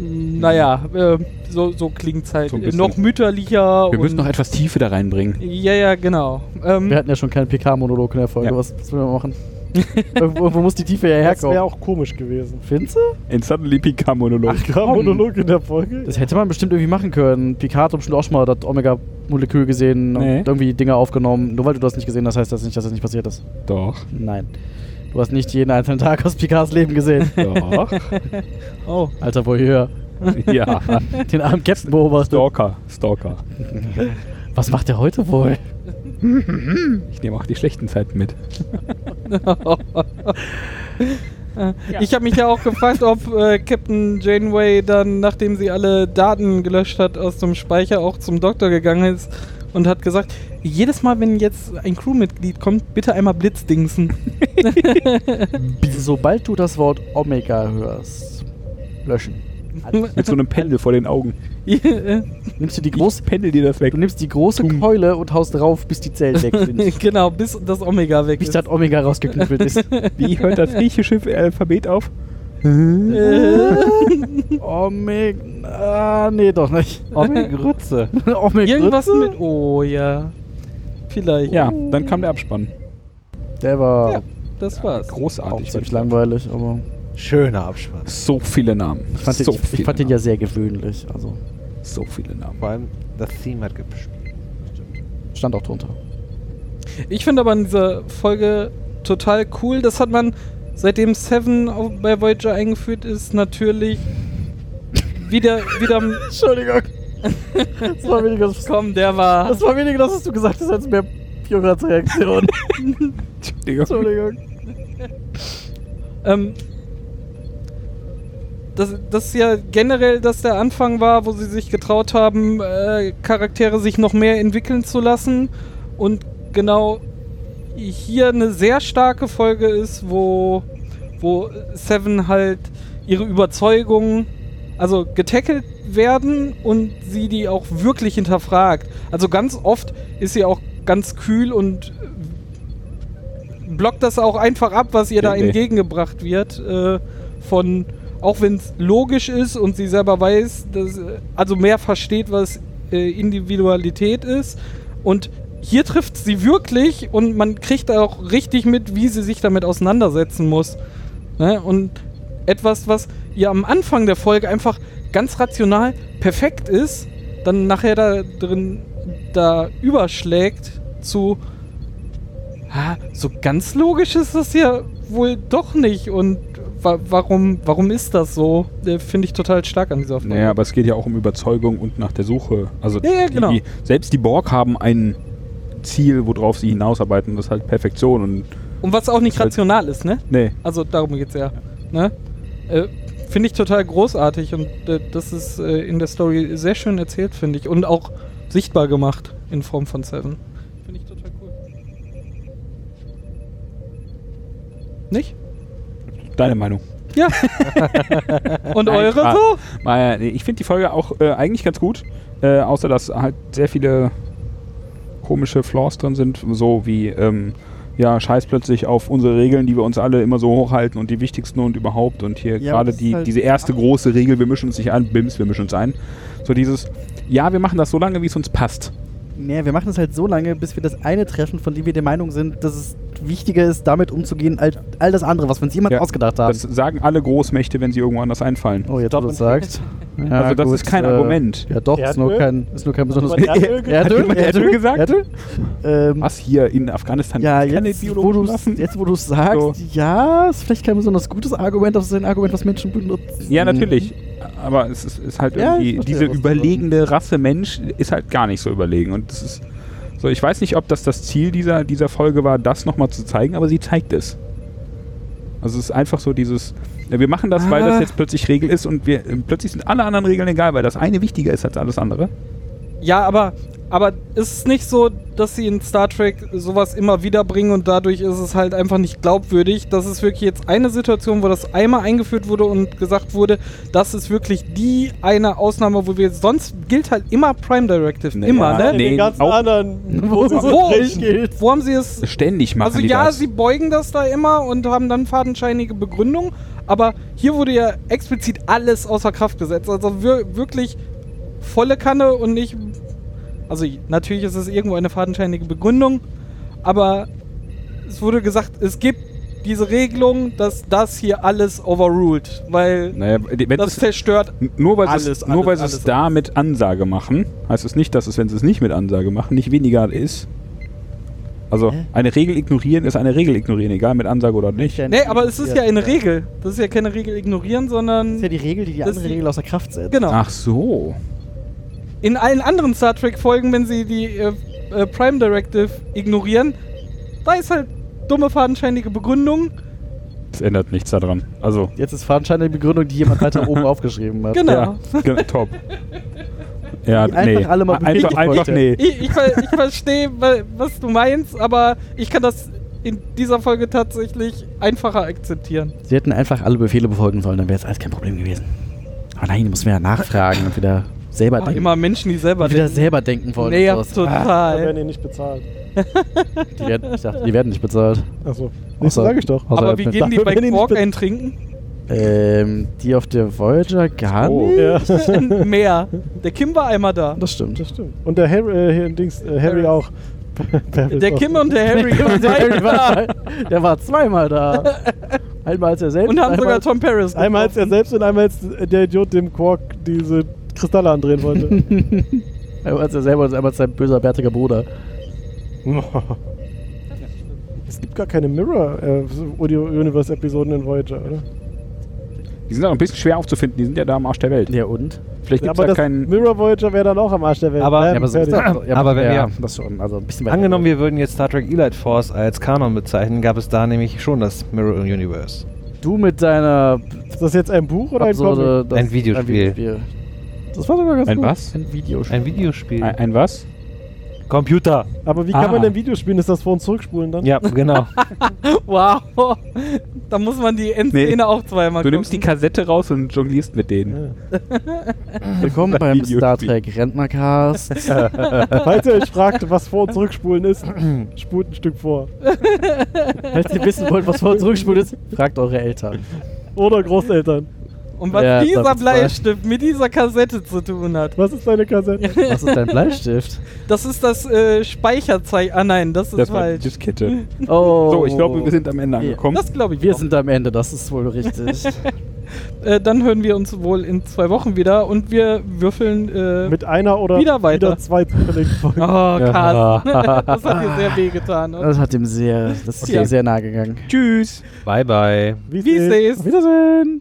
naja, äh, so, so klingt's halt Mhm. So ein bisschen. noch mütterlicher. Wir und müssen noch etwas Tiefe da reinbringen. ja, ja, genau. Ähm, Wir hatten ja schon keinen PK-Monolog in der Folge. Ja. Was, was will man machen? irgendwo, irgendwo muss die Tiefe ja Das wäre herkommen. auch komisch gewesen. Findest du? In Suddenly Pika-Monolog. Kam Monolog in der Folge? Das hätte man bestimmt irgendwie machen können. Picard hat doch bestimmt auch schon mal das Omega-Molekül gesehen Nee. und irgendwie Dinge aufgenommen. Nur weil du das nicht gesehen hast, heißt das nicht, dass das nicht passiert ist. Doch. Nein. Du hast nicht jeden einzelnen Tag aus Picards Leben gesehen. Doch. oh, Alter Voyeur. ja. Den armen Captain beobachtet. Stalker. Stalker. Was macht der heute wohl? Ich nehme auch die schlechten Zeiten mit. Ich habe mich ja auch gefragt, ob äh, Captain Janeway dann, nachdem sie alle Daten gelöscht hat aus dem Speicher, auch zum Doktor gegangen ist und hat gesagt, jedes Mal, wenn jetzt ein Crewmitglied kommt, bitte einmal blitzdingsen. Sobald du das Wort Omega hörst, löschen. Mit so einem Pendel vor den Augen. Nimmst du die große, Pendel dir das weg. du nimmst die große Tum. Keule und haust drauf, bis die Zellen weg sind. genau, bis das Omega weg bis ist. das Omega rausgeknüppelt ist. Wie hört das griechische Alphabet auf? Omega. Ah, nee, doch nicht. Grütze. Omega. Irgendwas mit Oh ja. Vielleicht. Ja, dann kam der Abspann. Der war Ja, das war's. auch Großartig. ziemlich langweilig, aber Schöner Abspann. So viele Namen. ich fand, so den, ich, ich viele fand den ja Namen. sehr gewöhnlich. Also So viele Namen. Vor allem, das Theme hat gespielt. stand auch drunter. Ich finde aber in dieser Folge total cool. Das hat man, seitdem Seven auf- bei Voyager eingeführt ist, natürlich wieder, wieder. Entschuldigung. Das war weniger das, Komm, der war. das, war weniger das was du gesagt hast, als mehr Pjorats Reaktion. Entschuldigung. Entschuldigung. Ähm, das, das ist ja generell, dass der Anfang war, wo sie sich getraut haben, äh, Charaktere sich noch mehr entwickeln zu lassen. Und genau hier eine sehr starke Folge ist, wo, wo Seven halt ihre Überzeugungen, also getackelt werden und sie die auch wirklich hinterfragt. Also ganz oft ist sie auch ganz kühl und äh, blockt das auch einfach ab, was ihr da Nee, nee. entgegengebracht wird. Äh, von, auch wenn es logisch ist und sie selber weiß, dass, äh, also mehr versteht, was äh, Individualität ist. Und hier trifft sie wirklich und man kriegt auch richtig mit, wie sie sich damit auseinandersetzen muss. Ne? Und etwas, was ihr am Anfang der Folge einfach ganz rational perfekt ist, dann nachher da drin da überschlägt zu "Ah, so ganz logisch ist das ja wohl doch nicht und wa warum warum ist das so? Äh, Finde ich total stark an dieser Folge. Naja, aber es geht ja auch um Überzeugung und nach der Suche. Also Ja, ja, die, genau. die, selbst die Borg haben ein Ziel, worauf sie hinausarbeiten. Das ist halt Perfektion. Und und was auch nicht Halt- rational ist, ne? nee, Also darum geht's ja. Ne? Äh, finde ich total großartig und äh, das ist äh, in der Story sehr schön erzählt, finde ich. Und auch sichtbar gemacht in Form von Seven. Finde ich total cool. Nicht? deine Meinung. Ja. und Nein, eure Spaß. so? Naja, nee, ich finde die Folge auch äh, eigentlich ganz gut, äh, außer dass halt sehr viele komische Flaws drin sind, so wie ähm, ja, scheiß plötzlich auf unsere Regeln, die wir uns alle immer so hochhalten und die wichtigsten und überhaupt und hier Ja, gerade aber das ist die, halt- diese erste große Regel, wir mischen uns nicht ein, Bims, wir mischen uns ein. So dieses, ja, wir machen das so lange, wie es uns passt. Nee, wir machen es halt so lange, bis wir das eine treffen, von dem wir der Meinung sind, dass es wichtiger ist, damit umzugehen, als all das andere, was wir uns jemand Ja, ausgedacht haben. Das sagen alle Großmächte, wenn sie irgendwo anders einfallen. Oh, jetzt wo du das sagst. Ja, also das gut, ist kein äh, Argument. Ja doch, ist nur Erdöl? kein, ist nur kein besonders... Hat jemand Erdöl gesagt? Hat jemand Erdöl gesagt? Erdöl? Ähm, Was hier in Afghanistan? ja, Ich kann jetzt den wo, Biologen du's- lassen. jetzt wo du es sagst, So. ja, ist vielleicht kein besonders gutes Argument, aber es ist ein Argument, was Menschen benutzen. Ja, natürlich. Aber es ist, ist halt Mhm. Ja, ich irgendwie, verstehe, diese was du überlegende Rasse Mensch ist halt gar nicht so überlegen. Und das ist so, ich weiß nicht, ob das das Ziel dieser, dieser Folge war, das nochmal zu zeigen, aber sie zeigt es. Also es ist einfach so dieses, ja, wir machen das, weil Ah. das jetzt plötzlich Regel ist und wir äh, plötzlich sind alle anderen Regeln egal, weil das eine wichtiger ist als alles andere. Ja, aber Aber ist es nicht so, dass sie in Star Trek sowas immer wieder bringen und dadurch ist es halt einfach nicht glaubwürdig? Das ist wirklich jetzt eine Situation, wo das einmal eingeführt wurde und gesagt wurde, das ist wirklich die eine Ausnahme, wo wir sonst gilt halt immer Prime Directive. Nee, immer, ja, ne? nee, den ganzen auch- anderen, wo sie so Wo, frech gilt. wo haben sie es Ständig machen also die ja, das. sie beugen das da immer und haben dann fadenscheinige Begründung, aber hier wurde ja explizit alles außer Kraft gesetzt. Also wir, wirklich volle Kanne und nicht. Also natürlich ist es irgendwo eine fadenscheinige Begründung, aber es wurde gesagt, es gibt diese Regelung, dass das hier alles overruled, weil naja, die- wenn das es, zerstört. nur weil sie Alles, es, nur weil alles, sie es alles, da mit Ansage machen, heißt es nicht, dass es, wenn sie es nicht mit Ansage machen, nicht weniger ist. Also eine Regel ignorieren ist eine Regel ignorieren, egal mit Ansage oder nicht. Nee, aber es ist ja eine Regel. Das ist ja keine Regel ignorieren, Das ist ja sondern. die Regel, die die Das andere ist die- Regel außer Kraft setzt. Genau. Ach so. in allen anderen Star Trek-Folgen, wenn sie die äh, äh, Prime Directive ignorieren, da ist halt dumme fadenscheinige Begründung. Das ändert nichts daran. Also, Jetzt ist Fadenschein eine Begründung, die jemand weiter oben aufgeschrieben hat. Genau. ja, ge- top. Ja, Die einfach nee. alle mal einfach, bestätigt einfach wollte. nee. Ich, ich, ver ich verstehe, wa- was du meinst, aber ich kann das in dieser Folge tatsächlich einfacher akzeptieren. Sie hätten einfach alle Befehle befolgen sollen, dann wäre es alles kein Problem gewesen. Aber nein, muss man ja nachfragen und wieder Oh, selber Ach, denken. immer Menschen, die selber und wieder denken. selber denken wollen. und Nervt sowas. Ah, Da total. werden die nicht bezahlt. die, werden, ich dachte, die werden nicht bezahlt. Achso. Das sage ich doch. außer- aber wie gehen die bei Wenn die nicht Quark mit- eintrinken? Ähm, die auf der Voyager gar Oh. nicht. Ja. äh, Mehr. Der Kim war einmal da. Das stimmt. Das stimmt. Und der Harry, äh, hier, Dings, äh, Harry auch. Barrett Der auch. Kim und der Harry waren der, beide Harry da. war, der war zweimal da. Einmal als er selbst. Und haben sogar einmal- Tom Paris Einmal als er getroffen. selbst und einmal als der Idiot dem Quark diese Kristalle andrehen wollte. einmal als er selber und einmal als sein böser, bärtiger Bruder. es gibt gar keine Mirror äh, Audio Universe Episoden in Voyager, oder? Die sind auch ein bisschen schwer aufzufinden, die sind ja da am Arsch der Welt. Ja, und? Vielleicht gibt es aber da das keinen. Mirror Voyager wäre dann auch am Arsch der Welt. Aber- Bam, Ja, aber, so ist fertig. das, doch. ja, Aber wenn ja, wir- das schon. Also ein bisschen weiter. Angenommen, wir würden jetzt Star Trek Elite Force als Kanon bezeichnen, gab es da nämlich schon das Mirror Universe. Du mit deiner ist das jetzt ein Buch oder ein Comic? Absurde, das- Ein Videospiel. Das war sogar ganz Ein gut. was? Ein Videospiel. Ein Videospiel. Ein, ein was? Computer. Aber wie Ah. kann man denn Videos spielen? Ist das vor uns zurückspulen dann? Ja, genau. Wow. Da muss man die Endszene Nee. auch zweimal Du nimmst die gucken. Kassette raus und jonglierst mit denen. Ja. Willkommen Ein beim Videospiel. Star Trek Rentnercast. Falls ihr euch fragt, was vor und zurückspulen ist, spult ein Stück vor. Falls ihr wissen wollt, was vor und zurückspult ist, fragt eure Eltern. Oder Großeltern. Und was Ja, dieser das ist wahr. Bleistift mit dieser Kassette zu tun hat. Was ist deine Kassette? Was ist dein Bleistift? Das ist das äh, Speicherzeichen. Ah nein, das ist Das war die falsch. Diskette. Oh. So, ich glaube, wir sind am Ende angekommen. Das glaube ich. Wir auch. sind am Ende, das ist wohl richtig. äh, dann hören wir uns wohl in zwei Wochen wieder und wir würfeln. Äh, Mit einer oder Wieder weiter. wieder zwei zufälligen Folgen. oh, Carsten. das hat dir sehr weh getan. oder? Das hat dem sehr, das ist Okay. ihm sehr nahe gegangen. Tschüss. bye bye. Wie Wie seht's? Wiedersehen.